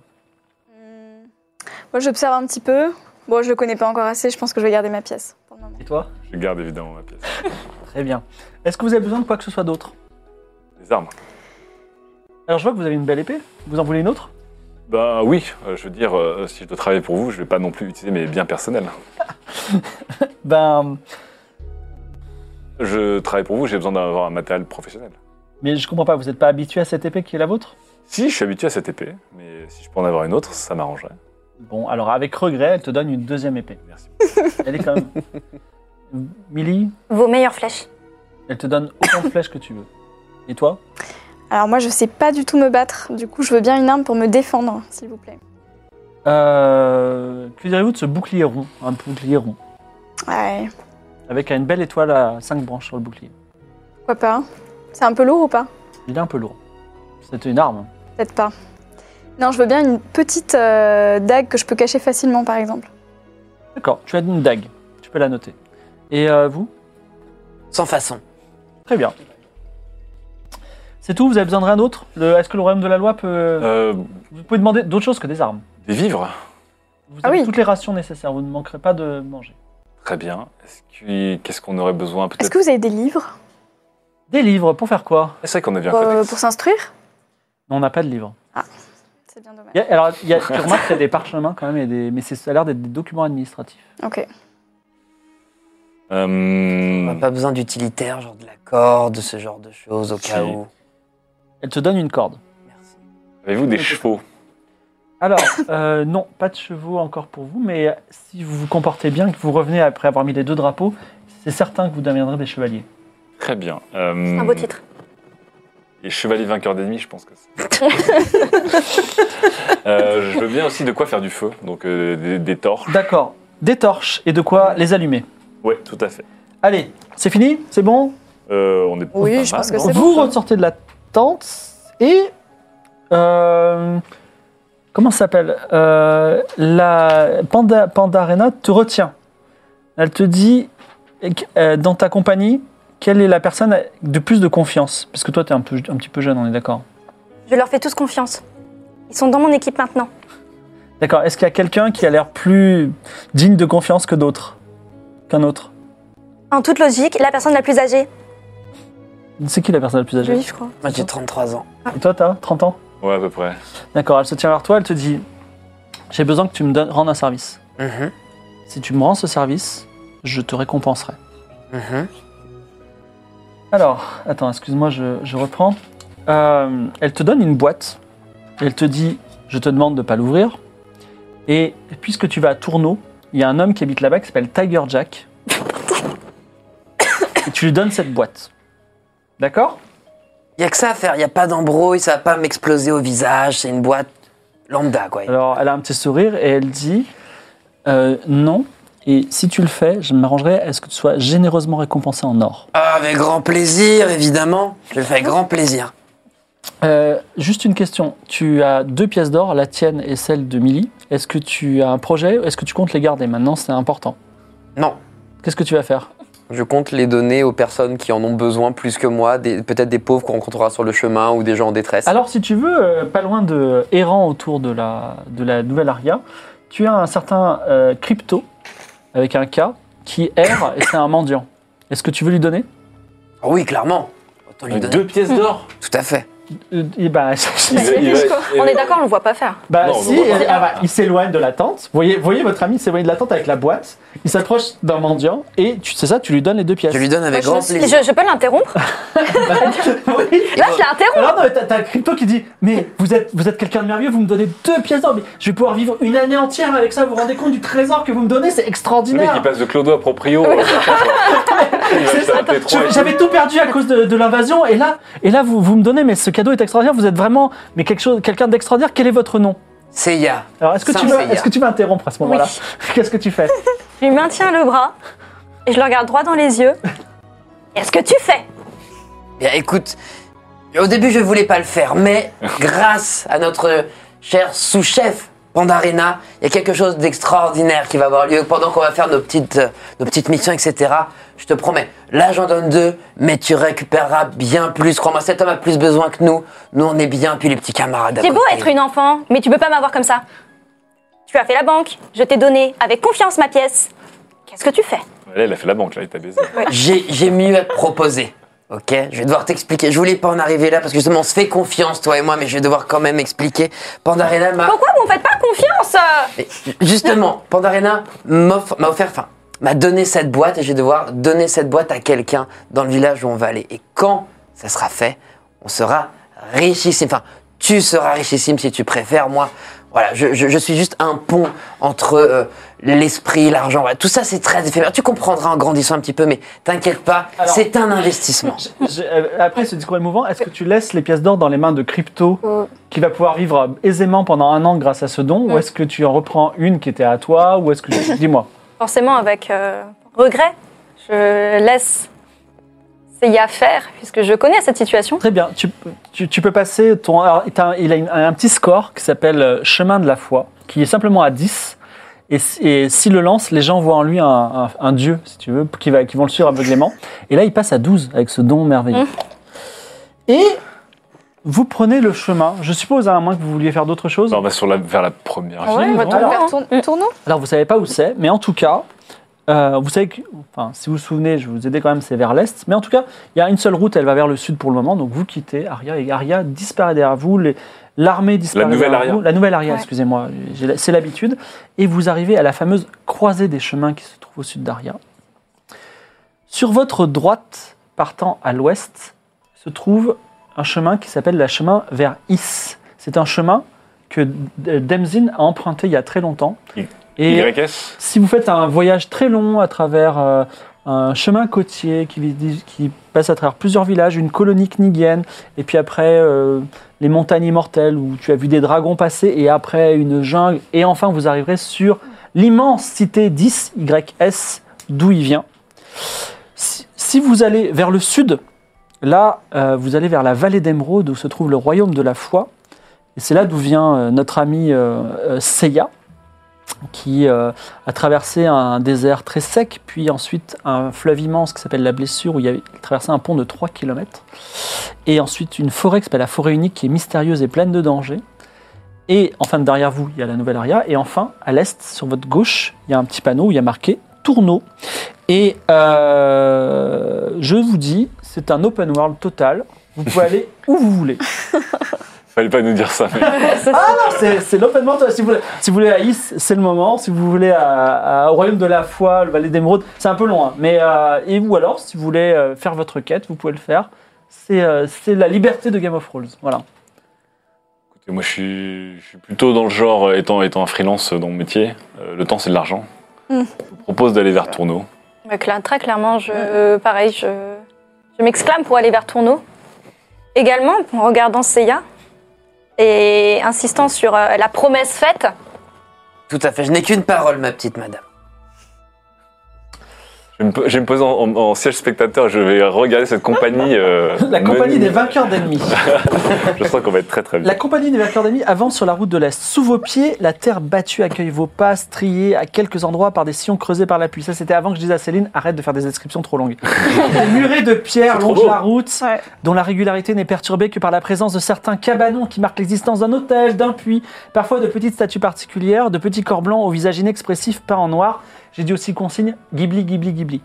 Moi, j'observe un petit peu. Bon, je le connais pas encore assez, je pense que je vais garder ma pièce pour le moment.
Et toi
Je garde évidemment ma pièce.
Très bien. Est-ce que vous avez besoin de quoi que ce soit d'autre
Les armes.
Alors, je vois que vous avez une belle épée. Vous en voulez une autre
Bah oui, euh, je veux dire, euh, si je dois travailler pour vous, je vais pas non plus utiliser mes biens personnels.
Ben,
Je travaille pour vous, j'ai besoin d'avoir un matériel professionnel.
mais je comprends pas, vous n'êtes pas habitué à cette épée qui est la vôtre
Si, je suis habitué à cette épée, mais si je peux en avoir une autre, ça m'arrangerait.
Bon, alors avec regret, elle te donne une deuxième épée.
Merci.
Elle est quand même. Millie,
Vos meilleures flèches.
elle te donne autant de flèches que tu veux. Et toi
Alors, moi, je sais pas du tout me battre, du coup, je veux bien une arme pour me défendre, s'il vous plaît.
Euh, Que direz-vous de ce bouclier rond Un bouclier rond.
Ouais,
Avec une belle étoile à cinq branches sur le bouclier.
pourquoi pas C'est un peu lourd ou pas
Il est un peu lourd. C'est une arme.
Peut-être pas. Non, je veux bien une petite euh, dague que je peux cacher facilement, par exemple.
D'accord, tu as une dague. Tu peux la noter. Et euh, vous
Sans façon.
Très bien. C'est tout Vous avez besoin de rien d'autre Le- Est-ce que le royaume de la loi peut...
Euh,
Vous pouvez demander d'autres choses que des armes.
des vivres
Vous
Ah
avez
oui.
toutes les rations nécessaires. Vous ne manquerez pas de manger.
Très bien. Est-ce que- Qu'est-ce qu'on aurait besoin
Est-ce
peut-être
que vous avez des livres
Des livres, pour faire quoi
C'est vrai qu'on a vu un
pour, euh,
codex.
pour s'instruire
Non, on n'a pas de livres.
C'est bien dommage.
Il y a- alors, il y a, tu remarques qu'il y a des parchemins quand même, et des, mais c'est- ça a l'air d'être des documents administratifs.
Ok.
Euh,
On n'a pas besoin d'utilitaire, genre de la corde, ce genre de choses, au
Si.
cas où.
Elle te donne une corde.
Merci.
Avez-vous des chevaux
Alors, euh, non, pas de chevaux encore pour vous, mais si vous vous comportez bien, que vous revenez après avoir mis les deux drapeaux, c'est certain que vous deviendrez des chevaliers.
Très bien. Euh,
C'est
Hmm.
un beau titre.
Et chevalier vainqueur d'ennemis, je pense que c'est. Euh, je veux bien aussi de quoi faire du feu, donc euh, des, des torches.
D'accord, des torches et de quoi les allumer.
Ouais, tout à fait.
Allez, c'est fini C'est bon
Euh, on est
Oui,
pas
je
mal,
pense que
non
c'est
Vous
bon.
ressortez de la tente et. euh, comment ça s'appelle Euh, La Panda, Panda Arena te retient. Elle te dit, euh, dans ta compagnie, quelle est la personne de plus de confiance Parce que toi, tu es un, peu, un petit peu jeune, on est d'accord.
Je leur fais tous confiance. Ils sont dans mon équipe maintenant.
D'accord, est-ce qu'il y a quelqu'un qui a l'air plus digne de confiance que d'autres Qu'un autre
En toute logique, la personne la plus âgée.
C'est qui la personne la plus âgée
Oui, je crois.
Moi, j'ai 33 ans.
Et toi, t'as 30 ans
Ouais, à peu près.
D'accord, elle se tient vers toi, elle te dit J'ai besoin que tu me donnes- rendes un service.
Mhm,
Si tu me rends ce service, je te récompenserai.
mhm.
Alors, attends, excuse-moi, je, je reprends. Euh, elle te donne une boîte. Elle te dit, je te demande de ne pas l'ouvrir. Et puisque tu vas à Tourneau, il y a un homme qui habite là-bas qui s'appelle Tiger Jack. Et tu lui donnes cette boîte. D'accord
Il n'y a que ça à faire, il n'y a pas d'embrouille, ça va pas m'exploser au visage, c'est une boîte lambda, quoi.
Alors, elle a un petit sourire et elle dit euh, non. Et si tu le fais, je m'arrangerai à ce que tu sois généreusement récompensé en or.
Ah, avec grand plaisir, évidemment. Je le fais avec grand plaisir.
Euh, juste une question. Tu as deux pièces d'or, la tienne et celle de Millie. Est-ce que tu as un projet Est-ce que tu comptes les garder maintenant C'est important.
Non,
Qu'est-ce que tu vas faire
Je compte les donner aux personnes qui en ont besoin plus que moi, des- peut-être des pauvres qu'on rencontrera sur le chemin ou des gens en détresse.
Alors, si tu veux, euh, pas loin de errant autour de la, de la nouvelle aria, tu as un certain euh, crypto avec un K qui erre et c'est un mendiant. Est-ce que tu veux lui donner
Ah oui, clairement. Autant lui donner.
Deux
Hmm.
pièces d'or
Tout à fait.
Euh, eh ben,
Il va- il va- il
On
va-
est d'accord, on le voit pas faire.
bah,
Non,
si,
non, non.
elle- ah bah, il s'éloigne de la tente. Voyez, voyez votre ami s'éloigne de la tente avec la boîte. Il s'approche d'un mendiant et tu sais ça, tu lui donnes les deux pièces.
Je lui donne avec
Moi,
grand
je, me suis-
plaisir.
je- je peux l'interrompre
Oui.
Là, je l'ai interrompu.
Alors non, mais t'as- t'as Crypto qui dit Mais vous êtes, vous êtes quelqu'un de merveilleux, vous me donnez deux pièces d'or, mais je vais pouvoir vivre une année entière avec ça, vous vous rendez compte du trésor que vous me donnez, c'est
Le mec,
extraordinaire
il passe de Clodo à Proprio. euh, franchement, quoi. Il va
C'est
se
ça.
taper
Je-
trois et
J'avais tout perdu à cause de, de l'invasion, et là, et là vous, vous me donnez, mais ce cadeau est extraordinaire, vous êtes vraiment mais quelque chose, quelqu'un d'extraordinaire, quel est votre nom
C'est Ya.
Alors est-ce que,
Ça,
tu veux-
c'est hier.
est-ce que tu vas interrompre à ce moment-là Qu'est-ce que tu fais
Je lui maintiens le bras et je le regarde droit dans les yeux. Est-ce que tu fais
Bien, écoute, au début, je voulais pas le faire, mais grâce à notre cher sous-chef, Pandarena, il y a quelque chose d'extraordinaire qui va avoir lieu pendant qu'on va faire nos petites, euh, nos petites missions, etc. Je te promets, là j'en donne deux, mais tu récupéreras bien plus. Crois-moi, cet homme a plus besoin que nous. Nous on est bien, puis les petits camarades. à
C'est beau
côté.
être une enfant, mais tu peux pas m'avoir comme ça. Tu as fait la banque, je t'ai donné avec confiance ma pièce. Qu'est-ce que tu fais
Là, il a fait la banque, là, il t'a baisé.
J'ai j'ai mieux à te proposer. Ok, je vais devoir t'expliquer. Je voulais pas en arriver là parce que justement on se fait confiance, toi et moi, mais je vais devoir quand même expliquer. Pandarena m'a.
Pourquoi vous me faites pas confiance euh
Mais Justement, Pandarena m'offre- m'a offert, enfin, m'a donné cette boîte et je vais devoir donner cette boîte à quelqu'un dans le village où on va aller. Et quand ça sera fait, on sera richissime. Enfin, tu seras richissime si tu préfères. Moi, voilà, je, je- je suis juste un pont entre euh, l'esprit, l'argent. Voilà. Tout ça, c'est très éphémère. Tu comprendras en grandissant un petit peu, mais t'inquiète pas,
Alors-
c'est un investissement.
Je- euh, Après ce discours émouvant, est-ce que tu laisses les pièces d'or dans les mains de Crypto
Euh.
qui va pouvoir vivre aisément pendant un an grâce à ce don, ou est-ce que tu en reprends une qui était à toi, ou est-ce que... Dis-moi.
Forcément, avec euh, regret, je laisse Seiya faire, puisque je connais cette situation.
Très bien. Tu, tu- tu peux passer ton. alors, t'as- il a une- un petit score qui s'appelle euh, Chemin de la foi, qui est simplement à 10. Et, si- et s'il le lance, les gens voient en lui un, un- un dieu, si tu veux, qui, va, qui vont le suivre aveuglément. Et là, il passe à 12 avec ce don merveilleux. Et vous prenez le chemin, je suppose, hein, à moins que vous vouliez faire d'autres choses.
Là, on va sur la, vers la première.
Ah
ouais,
ville.
on va
Retourne
Alors-
vers tourne- Tourneau
Alors, vous savez pas où c'est, mais en tout cas, euh, vous savez que, enfin, si vous vous souvenez, je vous aidais quand même, c'est vers l'est. Mais en tout cas, il y a une seule route, elle va vers le sud pour le moment. Donc, vous quittez Aria et Aria disparaît derrière vous. les- L'armée disparaît
nouvelle
derrière
Aria.
vous. La nouvelle Aria,
Ouais.
excusez-moi, j'ai la- c'est l'habitude. Et vous arrivez à la fameuse croisée des chemins qui se trouve au sud d'Aria. Sur votre droite, partant à l'ouest, se trouve un chemin qui s'appelle le chemin vers Is. C'est un chemin que D- Demzin a emprunté il y a très longtemps.
Y-
Et
YS
si vous faites un voyage très long à travers euh, un chemin côtier qui, vis- qui passe à travers plusieurs villages, une colonie knigienne, et puis après euh, les montagnes immortelles où tu as vu des dragons passer, et après une jungle, et enfin vous arriverez sur l'immense cité 10 YS d'où il vient. Si, si vous allez vers le sud, là euh, vous allez vers la vallée d'émeraude où se trouve le royaume de la foi, et c'est là d'où vient euh, notre ami euh, euh, Seiya qui euh, a traversé un désert très sec, puis ensuite un fleuve immense qui s'appelle la Blessure, où il, y avait, il traversait un pont de 3 km, et ensuite une forêt qui s'appelle la Forêt Unique, qui est mystérieuse et pleine de dangers. Et enfin, derrière vous, il y a la Nouvelle Aria, et enfin, à l'est, sur votre gauche, il y a un petit panneau où il y a marqué Tourneau. Et euh, je vous dis, c'est un open world total, vous pouvez aller où vous voulez.
Fallait pas nous dire ça. mais-
C'est c'est l'open world. Si vous, voulez, si vous voulez à Is, c'est le moment. Si vous voulez à, à- au Royaume de la Foi, le Vallée d'Émeraude, c'est un peu loin. Mais, euh, et ou alors, si vous voulez euh, faire votre quête, vous pouvez le faire. C'est euh, c'est la liberté de Game of Thrones. Voilà.
Écoutez, moi, je suis, je suis plutôt dans le genre, euh, étant, étant un freelance euh, dans mon métier, euh, le temps, c'est de l'argent.
Mm.
Hmm.
Je vous propose d'aller vers Tourneau.
Mais cla- très clairement, je, pareil, je, je Je m'exclame pour aller vers Tourneau. Également, en regardant Seiya et insistant sur euh, la promesse faite,
Tout à fait, je n'ai qu'une parole, ma petite madame.
Je vais me, po- je vais me poser en, en- en siège spectateur, je vais regarder cette compagnie. euh,
La compagnie
menue.
des vainqueurs d'ennemis.
Je sens qu'on va être très très bien.
La compagnie des vainqueurs d'ennemis avance sur la route de l'Est. Sous vos pieds, la terre battue accueille vos pas, striés à quelques endroits par des sillons creusés par la pluie. Ça, c'était avant que je dise à Céline, arrête de faire des descriptions trop longues. des murets de pierre
trop
longent
beau.
la route, dont la régularité n'est perturbée que par la présence de certains cabanons qui marquent l'existence d'un hôtel, d'un puits, parfois de petites statues particulières, de petits corps blancs au visage inexpressif peint en noir. J'ai dit aussi consigne Ghibli, Ghibli, Ghibli.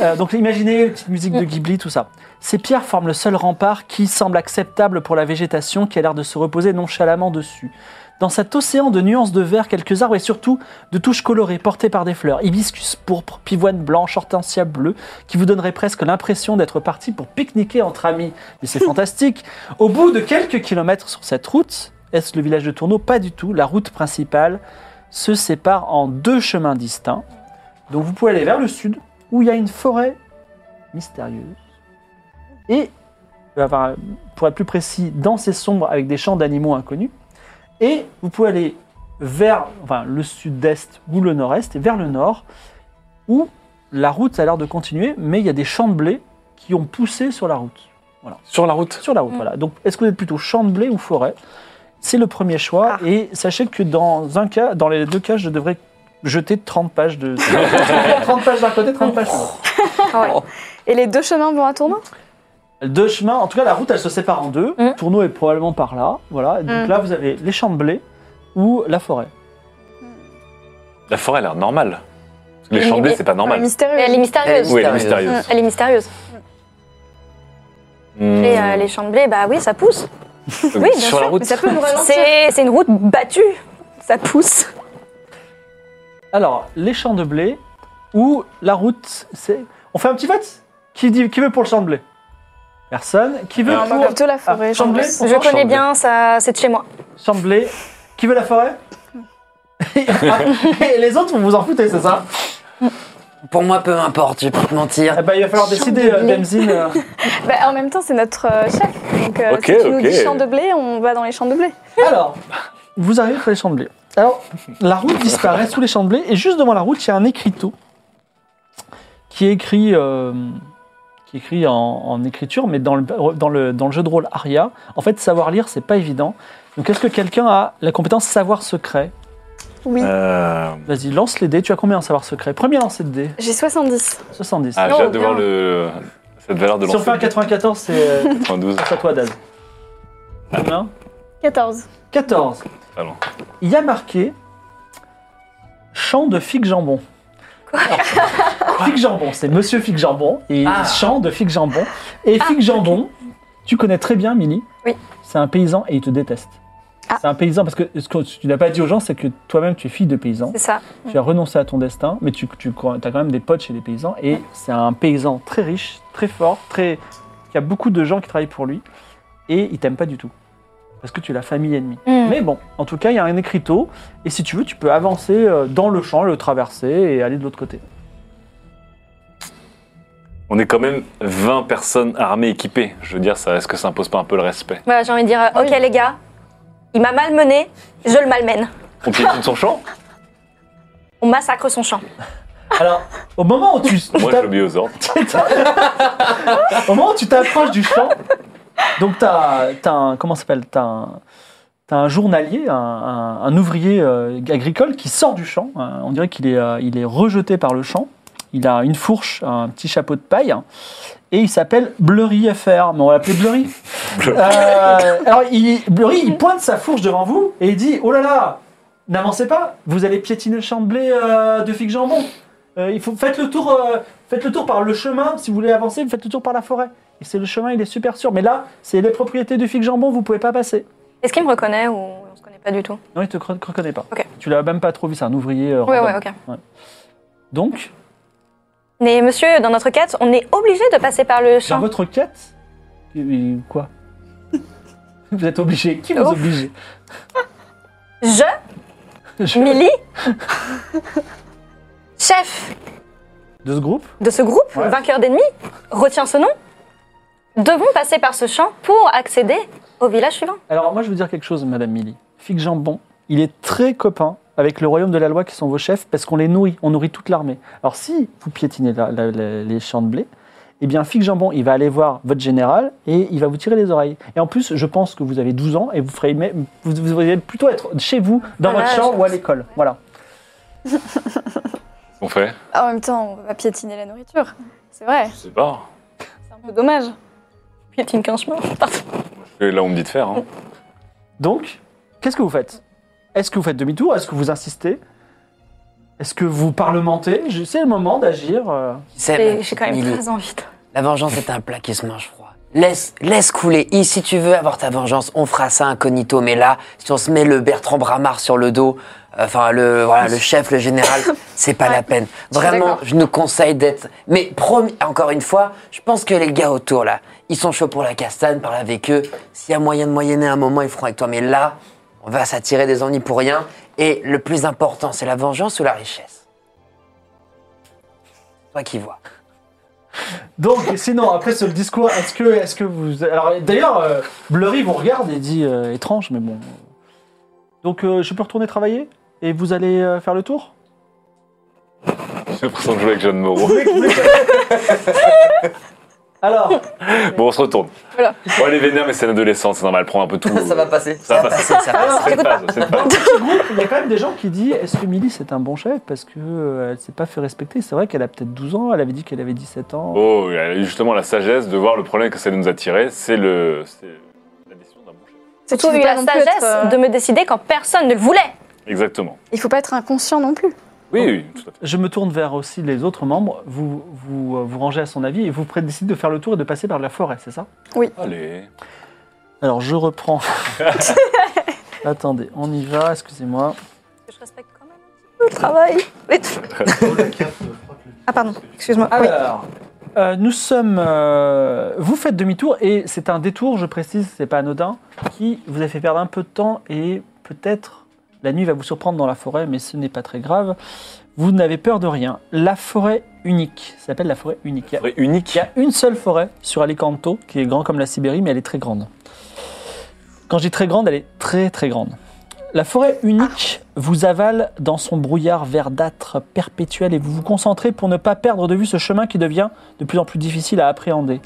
Euh, donc imaginez une petite musique de Ghibli, tout ça. Ces pierres forment le seul rempart qui semble acceptable pour la végétation qui a l'air de se reposer nonchalamment dessus. Dans cet océan de nuances de vert, quelques arbres et surtout de touches colorées portées par des fleurs, hibiscus pourpre, pivoine blanche, hortensia bleue, qui vous donnerait presque l'impression d'être parti pour pique-niquer entre amis. Mais c'est fantastique. Au bout de quelques kilomètres sur cette route, est-ce le village de Tourneau Pas du tout. La route principale se sépare en deux chemins distincts. Donc vous pouvez aller vers le sud, où il y a une forêt mystérieuse. Et, euh, enfin, pour être plus précis, dans ces sombres avec des champs d'animaux inconnus. Et vous pouvez aller vers enfin, le sud-est ou le nord-est, et vers le nord, où la route a l'air de continuer, mais il y a des champs de blé qui ont poussé sur la route.
Sur la route
Sur la route,
Mm.
voilà. Donc, est-ce que vous êtes plutôt champ de blé ou forêt C'est le premier choix.
Ah.
Et sachez que dans un cas, dans les deux cas, je devrais jeter 30 pages de... 30 pages d'un côté, 30 pages de l'autre. Ah
Oh.
Et les deux chemins vont à Tourneau
Deux chemins, en tout cas la route elle se sépare en deux.
Mm.
Tourneau est probablement par là. Voilà. Et Donc
Mm.
là vous avez les champs de blé ou la forêt.
La forêt a l'air normale. Parce que Les
Mais-
champs de blé,
mais-
c'est pas
Enfin,
normal.
Mystérieux.
elle est mystérieuse. Mm.
Oui, elle est
mystérieuse.
mystérieuse.
Elle est mystérieuse.
Hmm.
Et euh, les champs de blé, bah oui, ça pousse.
Donc,
Oui, bien
sur la
sûr,
route.
Mais ça peut nous ralentir.
C'est c'est une route battue. Ça pousse.
Alors les champs de blé ou la route c'est. On fait un petit vote. Qui dit qui veut pour le champ de blé Personne. Qui veut
Non, moi,
pour
plutôt la forêt.
Ah,
je
champ de blé
pense.
pour
Je
toi
connais bien, ça, c'est de chez moi.
Champ de blé. Qui veut la forêt Et les autres vous vous en foutez c'est ça
Pour moi, peu importe, je vais pas te mentir.
Eh ben il va falloir
Champ
décider
de
euh,
blé.
Demzine. euh.
Bah, en même temps, c'est notre euh, chef. Donc, euh,
Ok,
si tu nous
ok.
dis champ de blé, on va dans les champs de blé.
Alors, vous arrivez près des champs de blé. Alors, la route disparaît sous les champs de blé et juste devant la route, il y a un écriteau qui est écrit, euh, qui est écrit en, en écriture, mais dans le, dans, le, dans le jeu de rôle Aria, en fait, savoir lire, c'est pas évident. Donc, est-ce que quelqu'un a la compétence savoir secret
Oui.
Euh,
Vas-y, lance les dés. Tu as combien en savoir secret Premier lancer de dés,
J'ai 70.
70.
Ah,
Non,
j'ai hâte de
bien.
voir le, cette valeur de
si on fait un
lancer.
94, c'est euh,
92.
c'est à toi, Daz. Combien
14.
14.
Ah non.
Il y a marqué champ de figue jambon. Figue jambon, c'est Monsieur Figue jambon et
Ah.
champ de figue jambon. Et figue jambon, tu connais très bien Milly.
Oui.
C'est un paysan et il te déteste.
Ah.
C'est un paysan parce que ce que tu n'as pas dit aux gens, c'est que toi-même tu es fille de paysan.
C'est ça.
Tu as renoncé à ton destin, mais tu, tu as quand même des potes chez des paysans. Et c'est un paysan très riche, très fort, très. Il y a beaucoup de gens qui travaillent pour lui. Et il t'aime pas du tout. Parce que tu es la famille ennemie.
Mm.
Mais bon, en tout cas, il y a un écriteau. Et si tu veux, tu peux avancer euh, dans le champ, le traverser et aller de l'autre côté.
On est quand même 20 personnes armées équipées. Je veux dire, ça, est-ce que ça impose pas un peu le respect
Voilà, j'ai envie de dire, euh, ok les gars, il m'a malmené, je le malmène.
On piétine son champ
On massacre son champ.
Alors, au moment où tu tu
Moi,
t'a-
j'obéis aux ordres.
au moment où tu t'approches du champ, donc tu as, un. Comment ça s'appelle Tu un. t'as un journalier, un, un- un ouvrier euh, agricole qui sort du champ. Euh, on dirait qu'il est, euh, il est rejeté par le champ. Il a une fourche, un petit chapeau de paille. Et il s'appelle Blurry FR. Mais on va l'appeler Blurry.
Blurry.
Euh, alors, il, Blurry, il pointe sa fourche devant vous et il dit Oh là là, n'avancez pas, vous allez piétiner le champ de blé euh, de figue jambon. Euh, il faut, faites, le tour, euh, faites le tour par le chemin. Si vous voulez avancer, faites le tour par la forêt. Et c'est le chemin, il est super sûr. Mais là, c'est les propriétés du figue jambon, vous pouvez pas passer.
Est-ce qu'il me reconnaît ou on se connaît pas du tout
Non, il te cre- te reconnaît pas.
Ok.
Tu l'as même pas trop vu, c'est un ouvrier. euh,
Ouais,
random.
ouais, ok.
Donc,
Mais monsieur, dans notre quête, on est obligé de passer par le
dans
champ.
votre quête, euh, quoi Vous êtes obligé. Qui vous
Ouf.
oblige
Je,
Je-
Milly, chef
De ce groupe
de ce groupe,
Ouais.
vainqueur d'ennemis, retiens ce nom, devons passer par ce champ pour accéder au village suivant.
Alors, moi, je veux dire quelque chose, Madame Milly. Fig Jambon, il est très copain avec le royaume de la loi qui sont vos chefs parce qu'on les nourrit, on nourrit toute l'armée. Alors, si vous piétinez la- la- la- les champs de blé, eh bien, Fig Jambon, il va aller voir votre général et il va vous tirer les oreilles. Et en plus, je pense que vous avez 12 ans et vous ferez même- vous, vous allez plutôt être chez vous, dans
Voilà,
votre
je
champ ou à
pense.
l'école. Voilà.
Qu'on fait
En même temps, on va piétiner la nourriture. C'est vrai,
Je sais pas.
c'est un peu dommage.
Piétine 15 chemins.
Je fais Là, où on me dit de faire. hein.
Donc, qu'est-ce que vous faites Est-ce que vous faites demi-tour Est-ce que vous insistez Est-ce que vous parlementez Je- C'est le moment d'agir. euh.
Qui sait,
J'ai
ma
j'ai quand même
petite Eh ben, Milly
très envie. de-
La vengeance est un plat qui se mange froid. Laisse, laisse couler. Et si tu veux avoir ta vengeance, on fera ça incognito. Mais là, si on se met le Bertrand Bramard sur le dos, euh, enfin le voilà, le chef, le général, c'est pas la peine. Vraiment,
d'accord.
je nous conseille d'être. Mais promis, encore une fois, je pense que les gars autour là, ils sont chauds pour la castagne. Parle avec eux. S'il y a moyen de moyenner un moment, ils feront avec toi. Mais là, on va s'attirer des ennuis pour rien. Et le plus important, c'est la vengeance ou la richesse. Toi qui vois.
Donc, sinon, après ce discours, est-ce que, est que vous. Alors, d'ailleurs, euh, Blurry vous regarde et dit euh, étrange, mais bon. Donc, euh, je peux retourner travailler Et vous allez euh, faire le tour
J'ai l'impression de jouer avec Jeanne Moreau.
Alors,
Bon, on se retourne.
Voilà.
Bon, elle est vénère, mais c'est l'adolescence, c'est normal, elle prend un peu tout.
Ça va passer.
Ça va passer.
Ça va passer.
C'est une phase, c'est une phase.
il y a quand même des gens qui disent est-ce que Milly c'est un bon chef Parce qu'elle ne s'est pas fait respecter. C'est vrai qu'elle a peut-être 12 ans, elle avait dit qu'elle avait 17 ans.
Oh, elle a eu justement la sagesse de voir le problème que ça nous a tiré, c'est le. C'est la décision d'un bon chef.
Surtout eu la sagesse
euh,
de me décider quand personne ne le voulait.
Exactement.
Il faut pas être inconscient non plus.
Oh.
Oui, oui, tout à fait.
Je me tourne vers aussi les autres membres. Vous vous, euh, vous rangez à son avis et vous pré- décidez de faire le tour et de passer par la forêt, c'est ça
Allez.
Alors je reprends. Attendez, on y va, excusez-moi.
Je respecte quand même.
le travail. Et tout. ah pardon, excuse-moi. Oui.
Alors, euh, nous sommes. euh, vous faites demi-tour et c'est un détour, je précise, c'est pas anodin, qui vous a fait perdre un peu de temps et peut-être la nuit va vous surprendre dans la forêt, mais ce n'est pas très grave. Vous n'avez peur de rien. La forêt unique, ça s'appelle la forêt unique. Il y a-
Forêt unique.
Il y a une seule forêt sur Alicanto qui est grand comme la Sibérie, mais elle est très grande. Quand je dis très grande, elle est très très grande. La forêt unique vous avale dans son brouillard verdâtre perpétuel et vous vous concentrez pour ne pas perdre de vue ce chemin qui devient de plus en plus difficile à appréhender.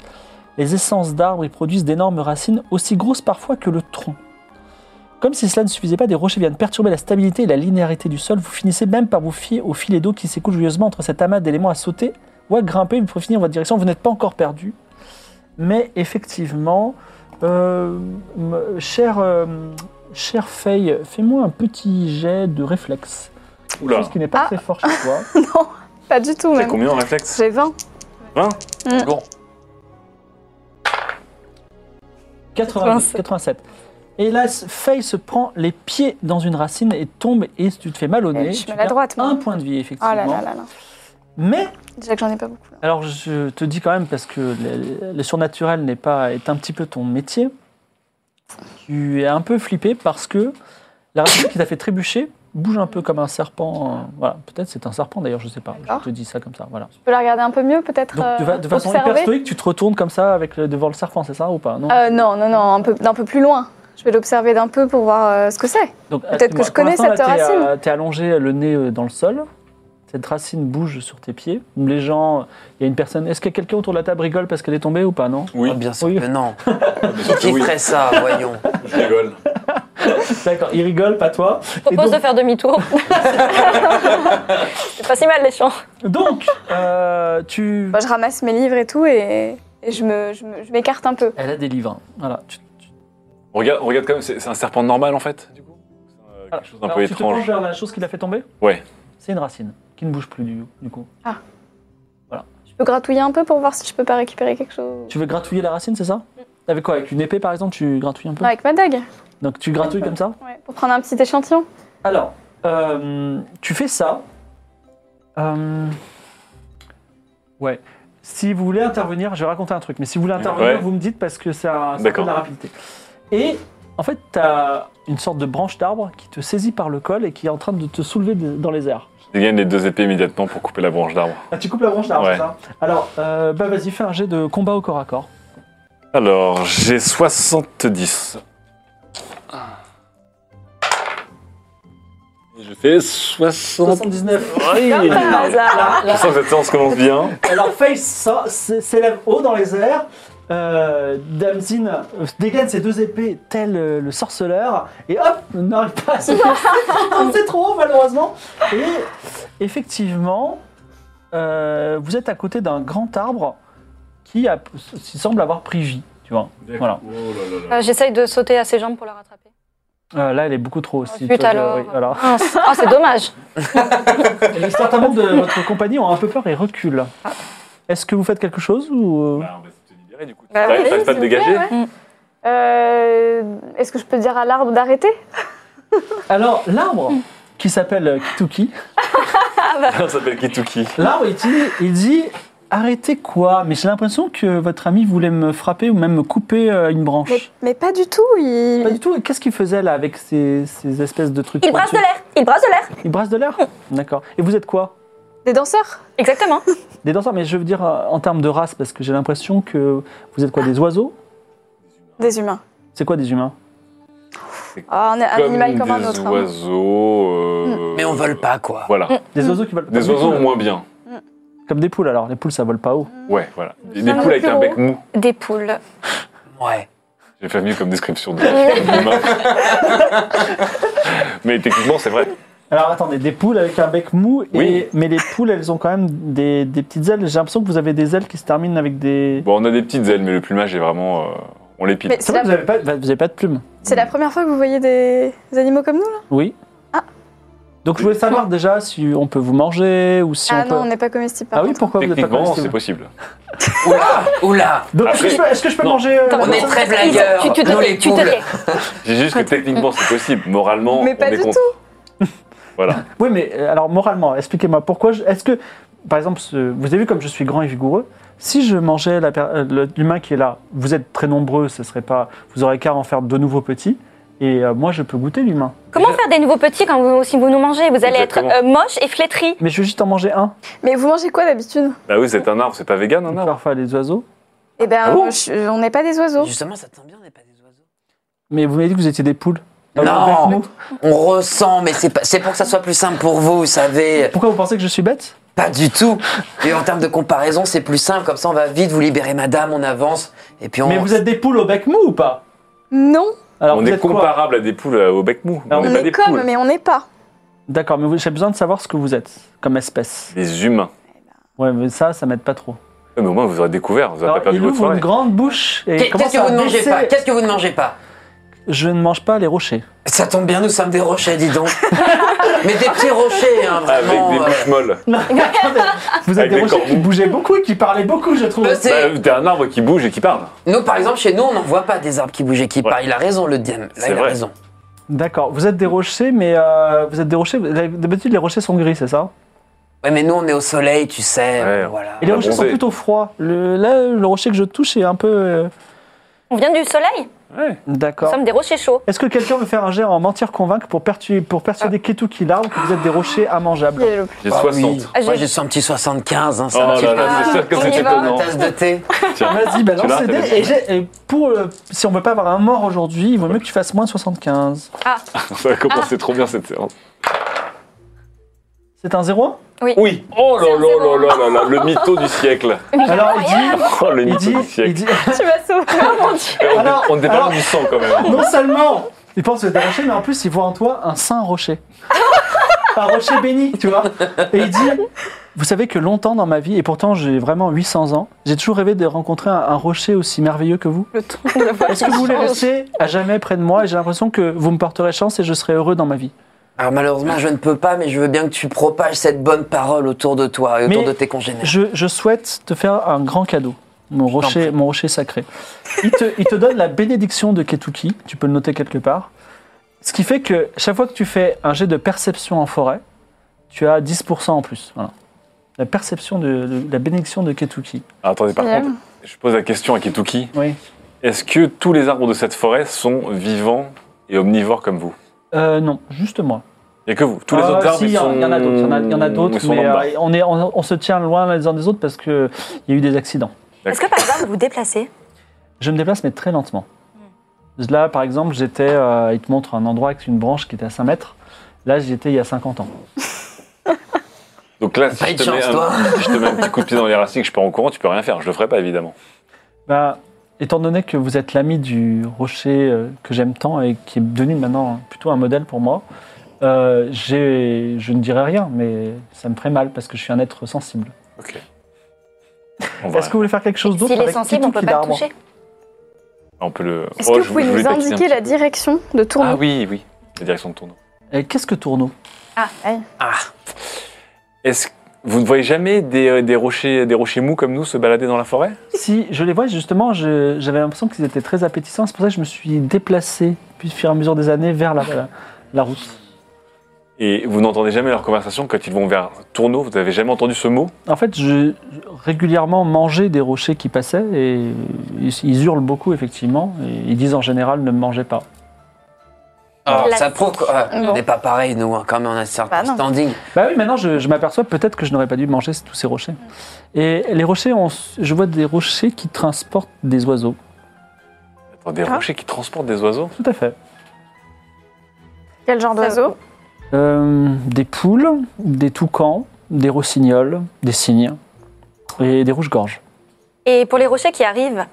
Les essences d'arbres y produisent d'énormes racines aussi grosses parfois que le tronc. Comme si cela ne suffisait pas, des rochers viennent perturber la stabilité et la linéarité du sol. Vous finissez même par vous fier au filet d'eau qui s'écoule joyeusement entre cet amas d'éléments à sauter ou à grimper pour finir votre direction. Vous n'êtes pas encore perdu. Mais effectivement, euh, m- cher, euh, cher Faye, fais-moi un petit jet de réflexe. Quelque
Oula.
chose qui n'est pas
Ah.
très fort chez toi.
non, pas du tout
C'est
même.
combien en réflexe
J'ai 20.
20
Mm.
Bon.
82, 87. Hélas, Faye se prend les pieds dans une racine et tombe et tu te fais mal au nez.
Je suis
Tu
mal à
perds
droite, moi.
Un point de vie,
Oh
effectivement.
là là là là.
Mais,
Déjà que j'en ai pas beaucoup. Là.
alors je te dis quand même, parce que le, le surnaturel n'est pas, est un petit peu ton métier, tu es un peu flippé parce que la racine qui t'a fait trébucher bouge un peu comme un serpent. euh, voilà, peut-être c'est un serpent d'ailleurs, je sais pas. Je
D'accord.
te dis ça comme ça, voilà.
Je peux la regarder un peu mieux peut-être
Donc de, fa-
euh,
de façon
observer
hyper stoïque, hein. tu te retournes comme ça avec le- devant le serpent, c'est ça ou pas Non.
Euh, Non, non, non, un peu- d'un peu, plus loin. Je vais l'observer d'un peu pour voir euh, ce que c'est.
Donc,
Peut-être que
excuse-moi,
je connais
pour l'instant, là,
cette
t'es,
racine.
euh, T'es allongé le nez euh, dans le sol. Cette racine bouge sur tes pieds. Les gens, euh, il y a une personne. Est-ce qu'il y a quelqu'un autour de la table rigole parce qu'elle est tombée ou pas Non.
Oui,
Ah, bien sûr
Oui.
que non.
bien sûr que
Qui
oui.
ferait ça, voyons
Je rigole.
D'accord. Il rigole, pas toi.
Je propose
donc-
de faire demi-tour. C'est pas si mal les champs.
Donc, euh, tu.
Bon, je ramasse mes livres et tout et, et je me- je me- je m'écarte un peu.
Elle a des livres. hein. Voilà. Tu-
On regarde, on regarde quand même, c'est c'est un serpent normal en fait, du coup C'est, euh,
voilà.
Quelque chose d'un
Alors,
peu
Tu te penches
étrange.
vers la chose qui l'a fait tomber
Ouais.
C'est une racine qui ne bouge plus du, du coup.
Je peux gratouiller un peu pour voir si je peux pas récupérer quelque chose.
Tu veux gratouiller la racine, c'est ça Avec quoi Avec une épée, par exemple, tu gratouilles un peu.
Non, avec ma dague
Donc tu gratouilles comme ça
Ouais, Pour prendre un petit échantillon
Alors, euh, tu fais ça. Euh, ouais. Si vous voulez intervenir, je vais raconter un truc, mais si vous voulez intervenir,
Ouais.
vous me dites parce que ça, ça
D'accord.
de la rapidité. Et en fait, tu as une sorte de branche d'arbre qui te saisit par le col et qui est en train de te soulever de- dans les airs.
Je dégaine les deux épées immédiatement pour couper la branche d'arbre.
Ah, tu coupes la branche d'arbre,
Ouais.
c'est ça Alors, euh, bah vas-y, fais un jet de combat au corps à corps.
Alors, j'ai 70. Et Je fais 60.
79.
Oui.
Par hasard.
Je sens que cette séance commence bien.
Alors Face sa- s- s'élève haut dans les airs. Euh, Damzin euh, dégaine ses deux épées tel euh, le sorceleur et hop n'arrive pas à se lancer. C'est trop haut malheureusement. Et effectivement, euh, vous êtes à côté d'un grand arbre qui, a- qui semble avoir pris vie. Tu vois. Voilà.
Euh, J'essaye de sauter à ses jambes pour la rattraper.
Euh, là, elle est beaucoup trop aussi. Euh,
Oh, putain, alors. Ah, c'est- ah, c'est dommage.
Certains membres de votre compagnie ont un peu peur et reculent. Est-ce que vous faites quelque chose ou euh,
Bah, on va se libérer du coup.
Bah
T'arrives
oui,
t'arrives pas à te
s'il vous
dégager
plaît, ouais.
Mm.
Euh, Est-ce que je peux dire à l'arbre d'arrêter
Alors l'arbre qui s'appelle euh, Kituki.
Ça s'appelle Kituki.
L'arbre, il dit, il dit, arrêtez quoi Mais j'ai l'impression que votre ami voulait me frapper ou même me couper euh, une branche.
mais, mais pas du tout. Il...
Pas du tout. Et Qu'est-ce qu'il faisait là avec ces, ces espèces de trucs
Il brasse de
pointus
l'air. Hum. Il brasse de l'air.
Il brasse de l'air D'accord. Et vous êtes quoi
Des danseurs
Exactement.
Des danseurs, mais je veux dire euh, en termes de race, parce que j'ai l'impression que vous êtes quoi Des oiseaux
Des humains.
C'est quoi des humains
Ah, on est un animal comme un
des
autre. hein.
oiseaux. euh,
Mais on vole pas, quoi.
Voilà.
Mm.
Hum.
Des oiseaux qui volent
Des
comme
oiseaux
poules.
moins bien.
Comme des poules alors. Les poules ça vole pas haut.
Mm.
Ouais, voilà. Des,
sommes
poules avec un
hétéros.
bec mou.
Des poules.
Ouais.
J'ai fait mieux comme description de d'humain. Mais techniquement, c'est vrai.
Alors attendez, des poules avec un bec mou. Et,
Oui.
Mais les poules elles ont quand même des, des petites ailes. J'ai l'impression que vous avez des ailes qui se terminent avec des.
Bon, on a des petites ailes, mais le plumage est vraiment. euh, on l'épile.
Mais
C'est vrai
c'est la,
que vous avez pas, vous avez pas de plumes.
c'est la première fois que vous voyez des animaux comme nous là
Oui.
Ah.
Donc je voulais savoir déjà si on peut vous manger ou si
Ah
on
non, on
peut.
n'est pas comestible par
ah oui,
contre.
pourquoi vous n'êtes pas
Techniquement, c'est
comestible
possible.
Oula Oula
Donc est-ce que je peux, est-ce que je peux
Non.
manger euh,
Attends,
la
On est
personne
très blagueurs,
Tu, tu te
nous,
tais,
les
tu te
poules.
tais.
J'ai juste que techniquement, c'est possible. Moralement,
Mais
on
pas
est
du
contre. Voilà.
Oui, mais euh, alors moralement, expliquez-moi pourquoi. je- Est-ce que, par exemple, ce- vous avez vu comme je suis grand et vigoureux, si je mangeais la per- euh, le- l'humain qui est là, vous êtes très nombreux, ce serait pas, vous aurez qu'à en faire de nouveaux petits. Et euh, moi, je peux goûter l'humain.
Comment faire des nouveaux petits quand vous, si vous nous mangez Vous allez être
Exactement.
euh, moche et flétri.
Mais je vais juste en manger un.
Mais vous mangez quoi d'habitude
Bah oui, c'est un arbre, c'est pas vegan, un arbre.
Parfois les oiseaux.
Eh ben,
Ah bon
je- on n'est pas des oiseaux.
Justement, ça tombe bien, on n'est pas des oiseaux.
Mais vous m'avez dit que vous étiez des poules. Ah,
Non.
vous êtes bête, nous.
On ressent, mais c'est pas- c'est pour que ça soit plus simple pour vous, vous savez.
Pourquoi vous pensez que je suis bête
Pas du tout. Et en termes de comparaison, c'est plus simple. Comme ça, on va vite vous libérer, madame, on avance. Et puis on.
Mais vous êtes des poules au bec mou ou pas
Non,
Alors
on
vous
est
êtes quoi
comparable à des poules euh, au bec mou.
Alors,
on
on,
n'est pas des
est comme,
poules.
mais on n'est pas.
D'accord, mais vous- j'ai besoin de savoir ce que vous êtes comme espèce.
Des humains.
Ouais, mais ça, ça m'aide pas trop.
Ouais, mais au moins, vous aurez découvert, vous n'aurez pas
Alors,
Bah, perdu
il
votre
ouvre une
soirée.
grande bouche et
Qu'est-
commence
Qu'est-ce que
à
vous ne mangez
baisser-
pas Qu'est-ce que vous ne mangez pas
Je ne mange pas les rochers.
Ça tombe bien, nous sommes des rochers, dis donc. mais des petits rochers, hein,
Avec
vraiment.
des
euh,
bouches molles.
Vous êtes
Avec
des
des
rochers qui
corbeaux.
bougeaient beaucoup et qui parlaient beaucoup, je trouve.
Ah. Bah, c'est-
Bah, T'es un arbre qui bouge et qui parle.
Nous, par exemple, chez nous, on n'en voit pas des arbres qui bougent et qui
Ouais.
parlent. Il a raison, le DM. Là,
C'est
il a
vrai.
raison.
D'accord, vous êtes des rochers, mais euh, vous êtes des rochers. D'habitude, les rochers sont gris, c'est ça
Ouais, mais nous, on est au soleil, tu sais. euh,
Ouais.
Voilà.
Et les
Ah,
rochers sont
bronzé.
plutôt froids. Le, là, le rocher que je touche est un peu. euh,
On vient du soleil.
Ouais.
Nous
D'accord.
sommes des rochers chauds.
Est-ce que quelqu'un veut faire un jet en mentir convaincre pour, pertu- pour persuader Ketuki l'arbre que vous êtes des rochers
Il
immangeables
est le-
J'ai
Ah
60.
oui.
Ah, j'ai-
Moi, j'ai son petit 75. Hein,
Oh
ça va,
là
tu
là,
peux-
c'est sûr que
on
c'est
y va.
Une
étonnant.
tasse de thé.
Tiens.
Vas-y,
Tu
balance
l'as,
les
t'as
dés. Et j'ai- et pour, euh, si on veut pas avoir un mort aujourd'hui, il vaut mieux que tu fasses moins de 75.
Ça a commencé trop bien cette séance.
C'est un 0
Oui. Oh là
C'est un zéro.
là là là là là, le mytho du siècle.
Ah,
Alors il dit,
Oh, le
il
mytho
dit,
du
il
siècle.
dit,
Tu m'as sauvé.
Eh, on,
Alors-
est, on est pas
alors-
loin du sang quand même.
non seulement il pense que t'es un rocher, mais en plus il voit en toi un saint rocher. un rocher béni, tu vois. Et il dit, vous savez que longtemps dans ma vie, et pourtant j'ai vraiment 800 ans, j'ai toujours rêvé de rencontrer un, un rocher aussi merveilleux que vous.
Le ton de la voix.
Est-ce que vous voulez rester à jamais près de moi et j'ai l'impression que vous me porterez chance et je serai heureux dans ma vie
Alors malheureusement, je ne peux pas, mais je veux bien que tu propages cette bonne parole autour de toi et autour
Mais-
de tes congénères.
Je, je souhaite te faire un grand cadeau. Mon rocher,
prie.
mon rocher sacré. Il te, il te donne la bénédiction de Ketuki, tu peux le noter quelque part. Ce qui fait que chaque fois que tu fais un jet de perception en forêt, tu as 10% en plus. Voilà. La perception de, de- la bénédiction de Ketuki.
Ah, attendez, par
Bien.
contre, je pose la question à Kituki.
Oui.
Est-ce que tous les arbres de cette forêt sont vivants et omnivores comme vous
Euh, non, juste moi.
Il n'y a que vous. Tous les
Ah,
autres arbres,
si,
ils
il y en-
sont.
Il y en a d'autres, il y en a- il y en a
ils
d'autres,
sont
mais
lambda.
euh, on, est, on, on se tient loin les uns des autres parce qu'il y a eu des accidents.
D'accord.
Est-ce que par exemple vous vous déplacez
Je me déplace, mais très lentement. Là, par exemple, j'étais. euh, il te montre un endroit avec une branche qui était à 5 mètres. Là, j'y étais il y a 50 ans.
Donc là, si
Pas
je
de
te, mets
chance, toi.
un, je te mets un petit coup de pied dans les racines, que je pars en courant, tu peux rien faire. Je le ferai pas, évidemment.
Bah, étant donné que vous êtes l'ami du rocher euh, que j'aime tant et qui est devenu maintenant plutôt un modèle pour moi, euh, j'ai- je ne dirai rien, mais ça me ferait mal parce que je suis un être sensible.
Ok. On, va,
Est-ce que vous voulez faire quelque chose d'autre
S'il est
avec
sensible,
Titou
on peut
qui
pas le
dort
toucher.
on peut le.
Est-ce
Oh,
que
je-
vous pouvez
je voulais
nous
patiner un
indiquer
petit
la
peu.
direction de tournoi
Ah oui, oui. La direction de tournoi.
Et Qu'est-ce que Tourneau
Est-ce que vous ne voyez jamais des, euh, des rochers, des rochers mous comme nous se balader dans la forêt
Si je les vois, justement, je- j'avais l'impression qu'ils étaient très appétissants. C'est pour ça que je me suis déplacé, puis au fur et à mesure des années, vers la, la, la route.
Et vous n'entendez jamais leur conversation quand ils vont vers Tourneau. Vous n'avez jamais entendu ce mot
En fait, je régulièrement mangeais des rochers qui passaient et ils, ils hurlent beaucoup, effectivement. Et ils disent en général ne me mangez pas.
Ah,
La-
ça prouve qu'on
Bon.
n'est pas pareil, nous, hein, quand même, on a un certain
Bah non.
standing.
Bah oui, maintenant je, je m'aperçois peut-être que je n'aurais pas dû manger tous ces rochers. Et les rochers, ont- je vois des rochers qui transportent des oiseaux.
Attends, des
Ah.
rochers qui transportent des oiseaux
Tout à fait.
Quel genre d'oiseau
Euh, des poules, des toucans, des rossignols, des cygnes et des rouges-gorges.
Et pour les rochers qui arrivent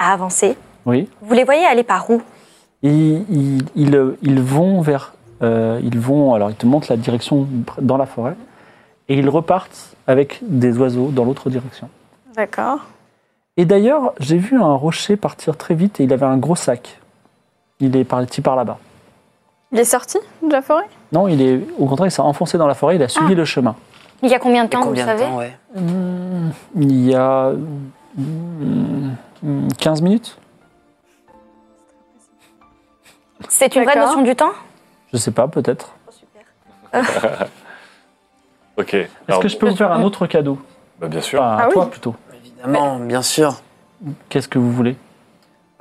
à avancer,
Oui.
vous les voyez aller par où
Et ils, ils- ils vont vers. euh, ils vont. Alors, ils te montrent la direction dans la forêt et ils repartent avec des oiseaux dans l'autre direction.
D'accord.
Et d'ailleurs, j'ai vu un rocher partir très vite et il avait un gros sac. Il est parti par là-bas.
Il est sorti de la forêt
Non, il est au contraire, il s'est enfoncé dans la forêt, il a
Ah.
suivi le chemin.
Il y a combien de
Et
temps,
combien
vous
de
savez
temps, ouais
Hmm, Il y a hmm, hmm, 15 minutes
C'est une vraie
D'accord.
notion du temps
Je sais pas, peut-être.
Ok.
Est-ce
Alors,
que je peux vous faire un autre cadeau
bah, Bien sûr.
Enfin,
euh, Ah
à
oui.
toi plutôt.
Évidemment, bien sûr.
Qu'est-ce que vous voulez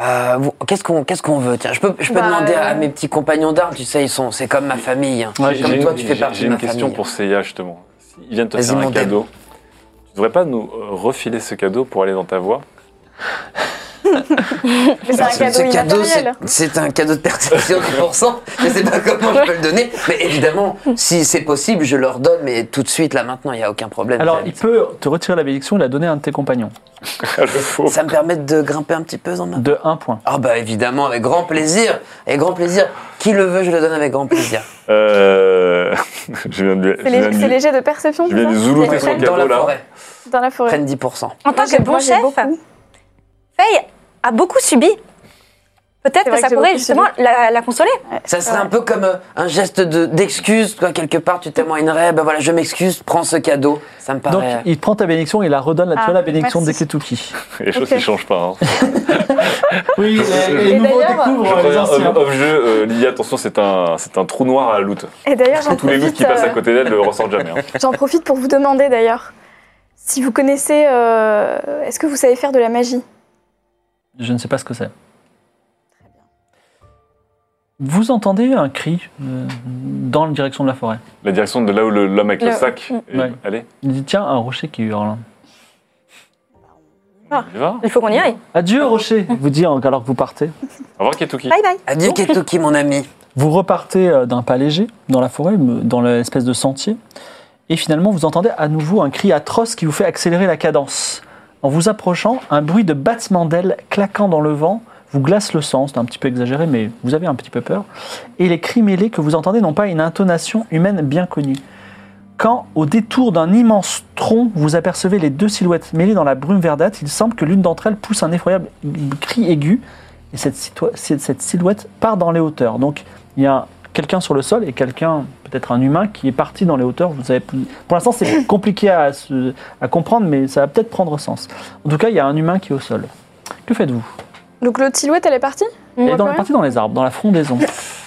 Euh, vous- qu'est-ce qu'on qu'est-ce qu'on veut Tiens, je peux, je peux
Bah,
demander à
euh,
mes petits compagnons d'armes, tu sais, ils sont, c'est comme ma famille. hein.
Ouais,
J'ai-
comme
j'ai
toi,
une-
tu fais
j'ai-
partie
J'ai
de
une
ma
question
famille.
pour Seiya, justement. Ils viennent te
Vas-y,
faire
mon
un
dame.
cadeau. Tu devrais pas nous euh, refiler ce cadeau pour aller dans ta voie
Mais c'est un
Ce-
cadeau
ce cadeau, c'est-
immatériel.
c'est un cadeau de perception de 10%. Je sais pas comment je peux le donner, mais évidemment, si c'est possible, je leur donne, mais tout de suite, là, maintenant, il n'y a aucun problème.
Alors,
Ça-
il peut te retirer la bénédiction et la donner à un de tes compagnons.
Ah, Le faux.
ça me permet de grimper un petit peu dans ma...
De 1 point.
Ah bah évidemment, avec grand plaisir. Avec grand plaisir. Qui le veut, je le donne avec grand plaisir.
Euh, je viens de lui.
C'est
je viens
les,
de
c'est
lui-
les jets de perception
je viens de
c'est ça
zoulouter son
Prennent
Dans
cadeau
la
là.
forêt.
dans la forêt.
Prennent 10%.
En tant
Moi,
que bon
j'ai
chef,
beaucoup.
Faye a beaucoup subi. Peut-être
C'est
que
vrai
ça
que j'ai
pourrait
beaucoup
justement la, la consoler.
Ça serait
Ouais.
un peu comme euh, un geste de- d'excuse, quoi, quelque part, tu témoignerais, ben voilà, je m'excuse, prends ce cadeau. Ça me
Donc,
paraît...
il prend ta bénédiction et il la redonne à
Ah,
toi, la bénédiction
merci.
de Ketuki.
Les choses
Ok.
ne changent pas. hein.
Oui,
et
les nouveaux d'ailleurs- découvrent,
Je reviens, hop, hop, jeu, euh, Lily, attention, c'est un, c'est un trou noir à la loot.
Et d'ailleurs, j'en
Tous les loots
profite,
qui passent à
euh,
côté d'elle ne le ressortent jamais. hein.
j'en profite pour vous demander d'ailleurs si vous connaissez. euh, Est-ce que vous savez faire de la magie
Je ne sais pas ce que c'est. Vous entendez un cri euh, dans la direction de la forêt.
La direction de là où le- l'homme avec le,
Le-
sac est
Ouais.
allez,
Il dit tiens, un rocher qui hurle.
Ah.
on y va.
Il faut qu'on y aille.
Adieu rocher, vous dit en- alors que vous partez.
Au revoir Ketuki.
Bye bye.
Adieu Ketuki, mon ami.
Vous repartez euh, d'un pas léger dans la forêt, me- dans l'espèce de sentier, et finalement vous entendez à nouveau un cri atroce qui vous fait accélérer la cadence. En vous approchant, un bruit de battement d'ailes claquant dans le vent vous glace le sang, c'est un petit peu exagéré, mais vous avez un petit peu peur, et les cris mêlés que vous entendez n'ont pas une intonation humaine bien connue. Quand, au détour d'un immense tronc, vous apercevez les deux silhouettes mêlées dans la brume verdâtre, il semble que l'une d'entre elles pousse un effroyable cri aigu, et cette, sito- cette silhouette part dans les hauteurs. Donc, il y a quelqu'un sur le sol et quelqu'un, peut-être un humain, qui est parti dans les hauteurs. Vous avez, pour l'instant, c'est compliqué à, se- à comprendre, mais ça va peut-être prendre sens. En tout cas, il y a un humain qui est au sol. Que faites-vous
Donc l'autre silhouette, elle est partie
Elle est
voit
dans,
quand
partie dans les arbres, dans la frondaison.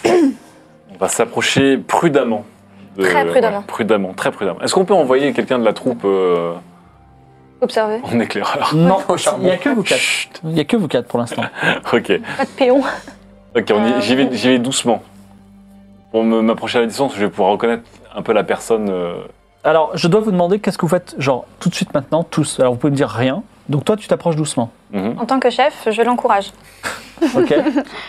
On va s'approcher prudemment. de-
Très prudemment.
ouais, prudemment, très prudemment. Est-ce qu'on peut envoyer quelqu'un de la troupe euh,
Observez.
en éclaireur
non,
Au charbon.
il n'y a que vous quatre.
Chut.
Il n'y a que vous quatre pour l'instant.
Ok.
Pas de péon.
Ok, on y- j'y vais, j'y vais doucement. Pour me- m'approcher à la distance, je vais pouvoir reconnaître un peu la personne. euh,
Alors, je dois vous demander qu'est-ce que vous faites, genre, tout de suite maintenant, tous. Alors, vous pouvez me dire rien. Donc, toi, tu t'approches doucement.
Mhm.
En tant que chef, je l'encourage.
Ok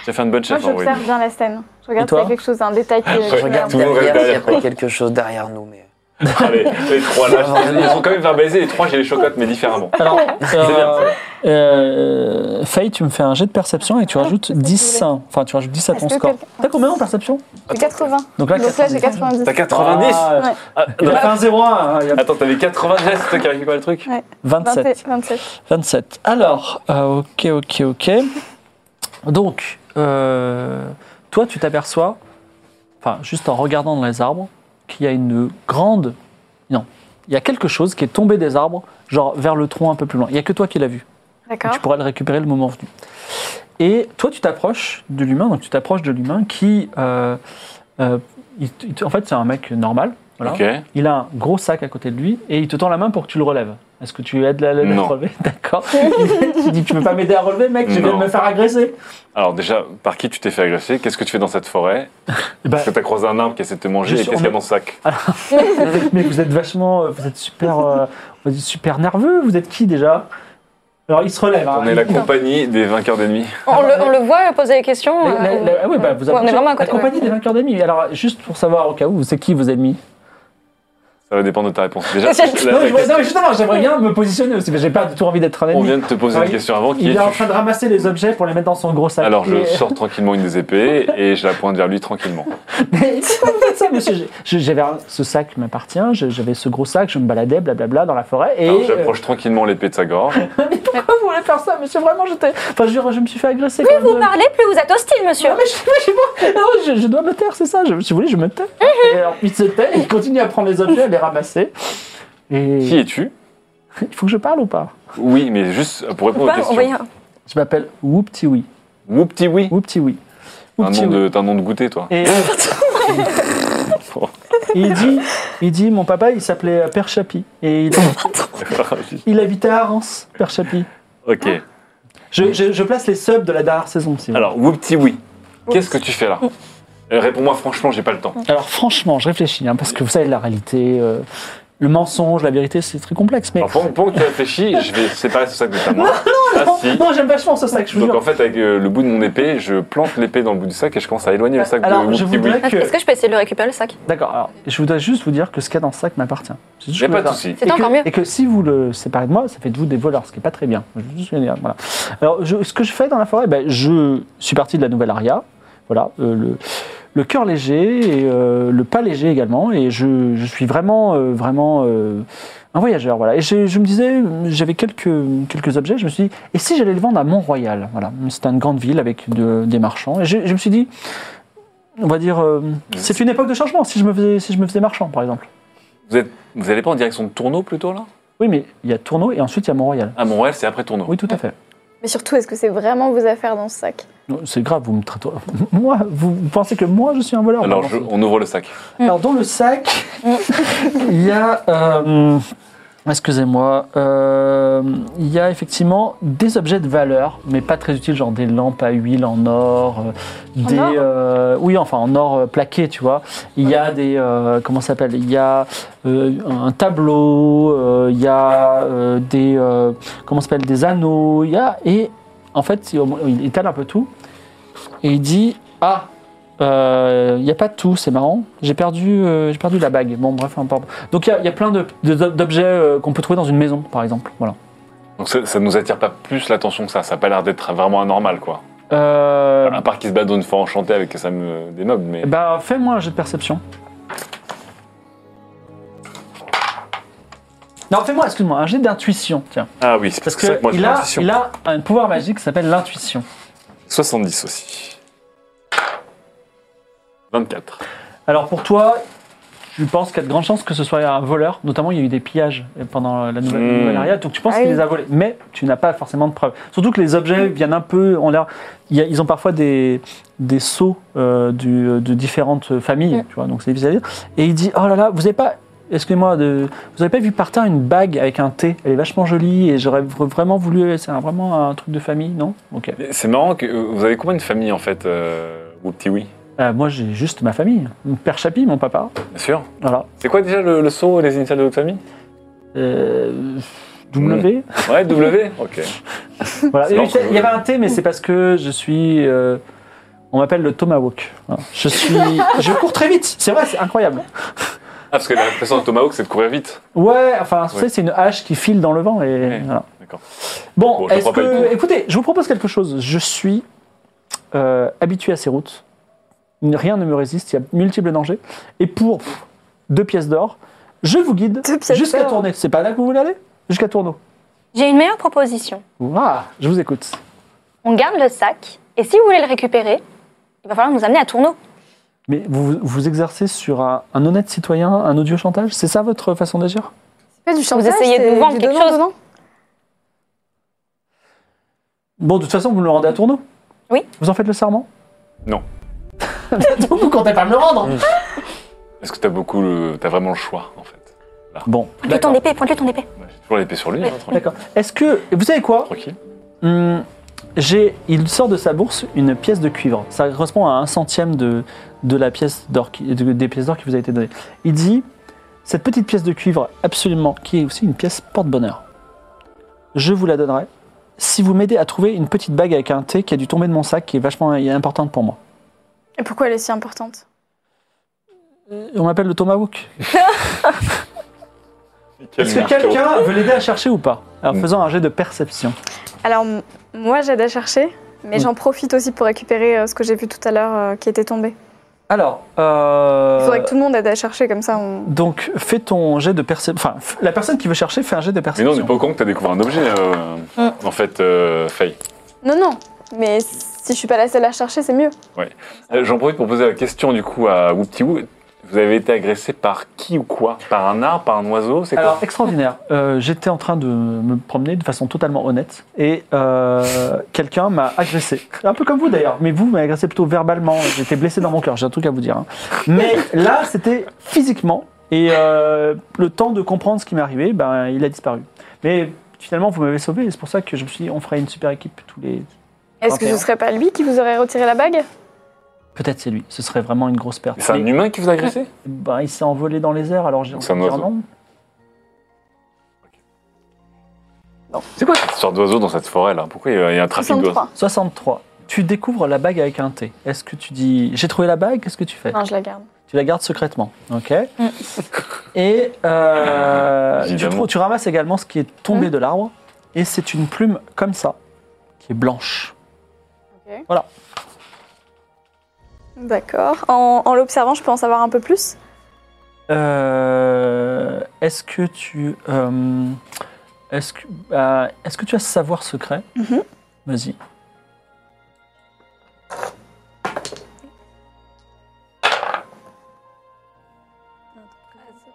J'ai fait une bonne
Moi,
chef en vrai.
j'observe bien la scène. Je regarde
Et toi Ah,
s'il y a quelque chose, un détail qui.
Je regarde
Tout le monde
derrière,
derrière,
s'il n'y a
quoi.
pas quelque chose derrière nous. Mais... euh,
Allez, les trois là,
Ah,
ils sont quand même faire baiser. Les trois, j'ai les chocottes, mais différemment.
Alors,
C'est bien,
euh, euh, Faye, tu me fais un jet de perception et
Ah,
tu rajoutes 10. Enfin, tu rajoutes 10 à
Est-ce
ton
que
score.
quelqu'un-
T'as combien en perception
J'ai 80.
Donc
Donc là, j'ai 90.
T'as 90
Ah,
Ouais.
Ah,
Il
non.
a fait un 0 1.
Attends, t'avais 90, c'est toi qui as récupéré le truc
27.
27.
27. Alors, euh, ok, ok, ok. Donc, euh, toi, tu t'aperçois, enfin, juste en regardant dans les arbres, qu'il y a une grande. Non, il y a quelque chose qui est tombé des arbres, genre vers le tronc un peu plus loin. Il n'y a que toi qui l'as vu.
D'accord.
Tu pourras le récupérer le moment venu. Et toi, tu t'approches de l'humain, donc tu t'approches de l'humain qui. euh, euh, il- il- en fait, c'est un mec normal. voilà.
Ok.
Il a un gros sac à côté de lui et il te tend la main pour que tu le relèves. Est-ce que tu aides la, la, le
Non.
relever D'accord. tu dis, tu peux pas m'aider à relever, mec, je viens
Non.
de me faire agresser.
Alors déjà, par qui tu t'es fait agresser Qu'est-ce que tu fais dans cette forêt
Eh ben,
Est-ce que t'as croisé un arbre qui essaie de te manger
Je
Et
suis-
qu'est-ce qu'il y a
on-
dans ce sac
mais vous êtes vachement, euh, vous êtes super, euh, vous êtes super nerveux. Vous êtes qui déjà Alors il se relève. hein.
On est la compagnie des vainqueurs d'ennemis.
On, le, on le voit poser les questions.
La- la-
euh,
la- ah oui, bah, vous
Ouais, on est
approchez-
vraiment à
la
côté, ouais.
compagnie des vainqueurs d'ennemis. Alors juste pour savoir au cas où, c'est qui vos ennemis
Ça va dépendre de ta réponse. Déjà,
C'est-
la-
Non,
la
mais je- non, mais justement, j'aimerais bien me positionner aussi, mais j'ai pas du tout envie d'être un
Bah, On
ennemi.
vient de te poser une
Oui.
question avant qui
Il est en
est-tu
train de ramasser les objets pour les mettre dans son gros sac.
Alors je
Et-
sors tranquillement une des épées et je la pointe vers lui tranquillement.
Mais pourquoi vous faites ça, monsieur J'ai- j'ai- J'avais un- ce sac qui m'appartient, je- j'avais ce gros sac, je me baladais, blablabla, dans la forêt. Et
Alors j'approche tranquillement l'épée de sa gorge.
euh, pourquoi vous voulez faire ça, monsieur Vraiment, j'étais. Enfin, je, jure, je me suis fait agresser.
plus
quand
vous
même.
parlez, plus vous êtes hostile, monsieur.
Non, mais je, mais je sais pas. Non, je, je dois me taire, c'est ça. Je, si vous voulez, je me tais. Et alors, il se tait, il continue à prendre les objets, à les ramasser.
Qui
Et
es-tu
il faut que je parle ou pas
Oui, mais juste pour
On peut
répondre aux
pas envoyer
questions.
un-
Je m'appelle Whooptiwi.
Whoopty oui.
Whooptiwi.
Un nom
Whooptiwi.
de, t'as un nom de goûter toi.
Et il dit, il dit, mon papa, il s'appelait euh, Père Chapi. Et il, il habitait à Arance, Père Chapi.
ok.
Je, je- je place les subs de la dernière saison. Si vous
Alors Whoopty oui. Qu'est-ce que tu fais là Euh, Réponds-moi franchement, j'ai pas le temps.
voulez. Alors, franchement, je réfléchis, hein, parce que vous savez, la réalité, euh, le mensonge, la vérité, c'est très complexe. Mais
Alors, pendant, pendant que tu réfléchis, je vais séparer ce sac de ta main. Ah, si.
non, j'aime vachement ce sac, je vous
Donc en
jure.
fait, avec euh, le bout de mon épée, je plante l'épée dans le bout du sac et je commence à éloigner le sac
Alors,
de
je
Whoopty
voudrais
oui.
Est-ce
que.
est-ce que je peux essayer de le récupérer, le sac
D'accord, alors, je voudrais juste vous dire que ce qu'il y a dans ce sac m'appartient. C'est tout ce
Y a
que
pas
je
de
veux
souci.
C'est
Et que-
encore mieux.
Et que si vous le séparez de moi, ça fait de vous des voleurs, ce qui est pas très bien. Je veux juste le dire, voilà. Alors, je- ce que je fais dans la forêt, ben, je suis parti de la Nouvelle Aria, voilà, euh, le, le cœur léger et euh, le pas léger également, et je, je suis vraiment, euh, vraiment euh, un voyageur, voilà. Et je, je me disais, j'avais quelques, quelques objets, je me suis dit, et si j'allais le vendre à Mont-Royal, voilà. C'est une grande ville avec de- des marchands, et je, je me suis dit, on va dire, euh, c'est une époque de changement. Si je me faisais, si je me faisais marchand, par exemple.
Vous, êtes, vous allez pas en direction de Tourneau plutôt là
Oui, mais il y a Tourneau et ensuite il y a Mont-Royal.
À Montréal, c'est après Tourneau.
Oui, tout à fait.
Mais surtout, est-ce que c'est vraiment vos affaires dans ce sac
Non, C'est grave, vous me traitez. Moi, vous pensez que moi je suis un voleur
Alors
Pardon.
je- on ouvre le sac.
Alors, dans le sac, il y a. euh, Excusez-moi. euh, il y a effectivement des objets de valeur, mais pas très utiles, genre des lampes à huile en or, euh, des.
or
euh, oui, enfin en or euh, plaqué, tu vois. Il y a des. euh, comment ça s'appelle Il y a euh, un tableau, euh, il y a euh, des. euh, comment ça s'appelle Des anneaux. Il y a. Et en fait, il- il étale un peu tout. Et il dit Ah, il n'y Euh, a pas de tout, c'est marrant. J'ai perdu, euh, j'ai perdu la bague. Bon, bref, peu importe. Donc il y, a- y a plein de- de- d'objets euh, qu'on peut trouver dans une maison, par exemple. Voilà.
Donc ça, ça nous attire pas plus l'attention que ça. Ça a pas l'air d'être vraiment anormal quoi.
Euh,
À part qu'il se bat d'une fois enchanté avec sa me- des meubles, mais.
Bah, fais-moi un jet de perception. Non, fais-moi, excuse-moi, un jet d'intuition, tiens.
Ah oui, c'est
Parce
pour ça
que
que moi j'ai
il, a,
l'intuition.
il a un pouvoir magique qui s'appelle l'intuition.
70 aussi. 24.
Alors pour toi, je pense qu'il y a de grandes chances que ce soit un voleur. Notamment, il y a eu des pillages euh, pendant la nouvelle,
Hmm.
nouvelle arrière. Donc tu penses
Ah
qu'il
oui.
les a volés. Mais tu n'as pas forcément de preuves. Surtout que les objets viennent un peu. On l'air- il y a- ils ont parfois des, des sceaux euh, du- de différentes familles. Tu vois, donc c'est difficile à dire. Et il dit Oh là là, vous n'avez pas. Excusez-moi, de- vous n'avez pas vu par terre une bague avec un thé Elle est vachement jolie et j'aurais v- vraiment voulu. euh, C'est un- vraiment un truc de famille, non Ok.
C'est marrant que euh, vous avez combien de familles en fait euh, au petit oui
Euh, moi, j'ai juste ma famille. Mon père Chapi, mon papa.
Bien sûr.
Voilà.
C'est quoi déjà le, le saut et les initiales de votre famille
Euh, W.
Ouais, W Ok.
Voilà. Et
C'est
oui,
long,
c'est-
ce
Il y avait un T, mais c'est parce que je suis. euh, on m'appelle le Tomahawk. Voilà. Je suis. je cours très vite. C'est vrai, c'est incroyable.
Ah, parce que la l'impression de Tomahawk, c'est de courir vite.
Ouais, enfin, tu
Oui.
sais, c'est une hache qui file dans le vent et
Ouais.
voilà.
D'accord.
Bon,
Bon, je
est-ce
crois pas du
que.
tout.
Écoutez, je vous propose quelque chose. Je suis euh, habitué à ces routes. Rien ne me résiste, il y a multiples dangers. Et pour pff, deux pièces d'or, je vous guide
Deux pièces
jusqu'à
d'or.
Tournai. C'est pas là que vous voulez aller Jusqu'à Tourneau.
J'ai une meilleure proposition.
Ah, je vous écoute.
On garde le sac, et si vous voulez le récupérer, il va falloir nous amener à Tourneau.
Mais vous vous exercez sur un, un honnête citoyen, un odieux chantage C'est ça votre façon d'agir
Pas du chantage,
essayez de
c'est
nous vendre
du
quelque
donnant,
chose.
donnant.
Bon, de toute façon, vous me le rendez à Tourneau
Oui.
Vous en faites le serment
Non.
Donc vous comptez pas me le rendre
Est-ce que t'as beaucoup le... T'as vraiment le choix, en fait
Bon,
Pointe-lui ton épée, pointe-lui ton épée.
Ouais, J'ai toujours l'épée sur lui, hein, tranquille.
d'accord. Est-ce que... Vous savez quoi
Tranquille.
Hum, j'ai, Il sort de sa bourse une pièce de cuivre. Ça correspond à un centième de, de la pièce d'or qui- de- des pièces d'or qui vous a été donnée. Il dit, cette petite pièce de cuivre, absolument, qui est aussi une pièce porte-bonheur, je vous la donnerai si vous m'aidez à trouver une petite bague avec un thé qui a dû tomber de mon sac, qui est vachement importante pour moi.
Et pourquoi elle est si importante
Euh, On m'appelle le Tomahawk.
Quel
Est-ce que
marteau.
quelqu'un veut l'aider à chercher ou pas En
Mm.
faisant un jet de perception.
Alors, m- moi, j'aide à chercher, mais
Mm.
j'en profite aussi pour récupérer euh, ce que j'ai vu tout à l'heure euh, qui était tombé.
Alors,
Il faudrait
euh,
que tout le monde aide à chercher, comme ça, on...
donc fais ton jet de perception. Enfin, f- la personne qui veut chercher fait un jet de
Mais non, on n'est
perception.
pas au courant que t'as découvert un objet, euh,
Mm.
en fait, euh, Faye.
Non, non, mais si je suis pas la seule à chercher, c'est mieux.
Euh, J'en profite pour poser la question, du coup, à Whoopty-Woo. Vous avez été agressé par qui ou quoi Par un arbre, par un oiseau C'est quoi
Alors, extraordinaire. Euh, J'étais en train de me promener de façon totalement honnête et euh, quelqu'un m'a agressé. Un peu comme vous d'ailleurs, mais vous m'avez agressé plutôt verbalement. J'étais blessé dans mon cœur, j'ai un truc à vous dire. hein. Mais là, c'était physiquement et euh, le temps de comprendre ce qui m'est arrivé, ben, il a disparu. Mais finalement, vous m'avez sauvé et c'est pour ça que je me suis dit, on ferait une super équipe tous les.
Est-ce que ce
21.
serait pas lui qui vous aurait retiré la bague
Peut-être c'est lui, ce serait vraiment une grosse perte.
C'est un
Mais,
humain qui vous a agressé
ben, il s'est envolé dans les airs, alors j'ai
Donc,
envie
c'est
de
un
dire
oiseau.
non.
C'est quoi cette sorte d'oiseau dans cette forêt là Pourquoi il y a il y a un trafic d'oiseaux
63.
63. Tu découvres la bague avec un T. Est-ce que tu dis j'ai trouvé la bague Qu'est-ce que tu fais
Non, je la garde.
Tu la gardes secrètement, ok Et euh, tu,
Évidemment.
trou- tu ramasses également ce qui est tombé de l'arbre et c'est une plume comme ça qui est blanche.
D'accord. En, en l'observant, je peux en savoir un peu plus
Euh, Est-ce que tu euh, est-ce que euh, est-ce que tu as ce savoir secret
Mhm.
Vas-y.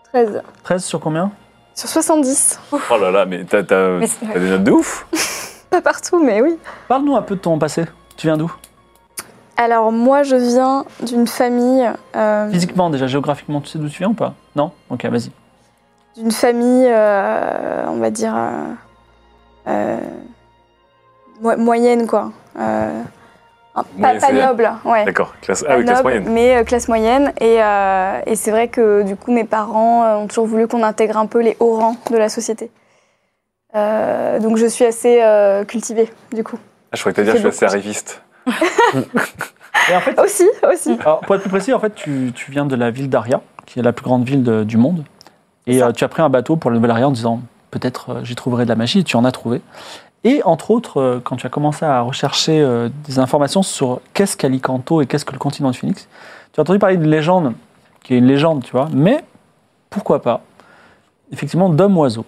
Treize.
13 sur combien
Sur 70.
Oh là là, mais t'as t'as-
Mais c'est-
t'as des notes de ouf
Pas partout, mais oui.
Parle-nous un peu de ton passé. Tu viens d'où
Alors, moi, je viens d'une famille... euh,
Physiquement déjà, géographiquement, tu sais d'où tu viens ou pas Non Ok, vas-y.
d'une famille, euh, on va dire, euh, euh, mo- moyenne, quoi. Euh, un- pas,
Moyenne,
pas
c'est-à-dire
noble, ouais.
D'accord, classe.
Pas
Ah oui, classe
noble,
moyenne.
Mais euh, classe moyenne. Et, euh, et c'est vrai que, du coup, mes parents euh, ont toujours voulu qu'on intègre un peu les hauts rangs de la société. Euh, donc, je suis assez euh, cultivée, du coup.
Ah, je croyais que t'allais dire
C'est
je suis assez arriviste.
Et en fait,
Aussi,
Mm.
aussi.
Alors, pour être plus précis, en fait, tu, tu viens de la ville d'Aria, qui est la plus grande ville de- du monde. Et
Ça.
euh, tu as pris un bateau pour la Nouvelle-Aria en disant peut-être euh, j'y trouverai de la magie, et tu en as trouvé. Et entre autres, euh, quand tu as commencé à rechercher euh, des informations sur qu'est-ce qu'Alicanto et qu'est-ce que le continent de Phoenix, tu as entendu parler d'une légende, qui est une légende, tu vois, mais pourquoi pas, effectivement, d'hommes-oiseaux.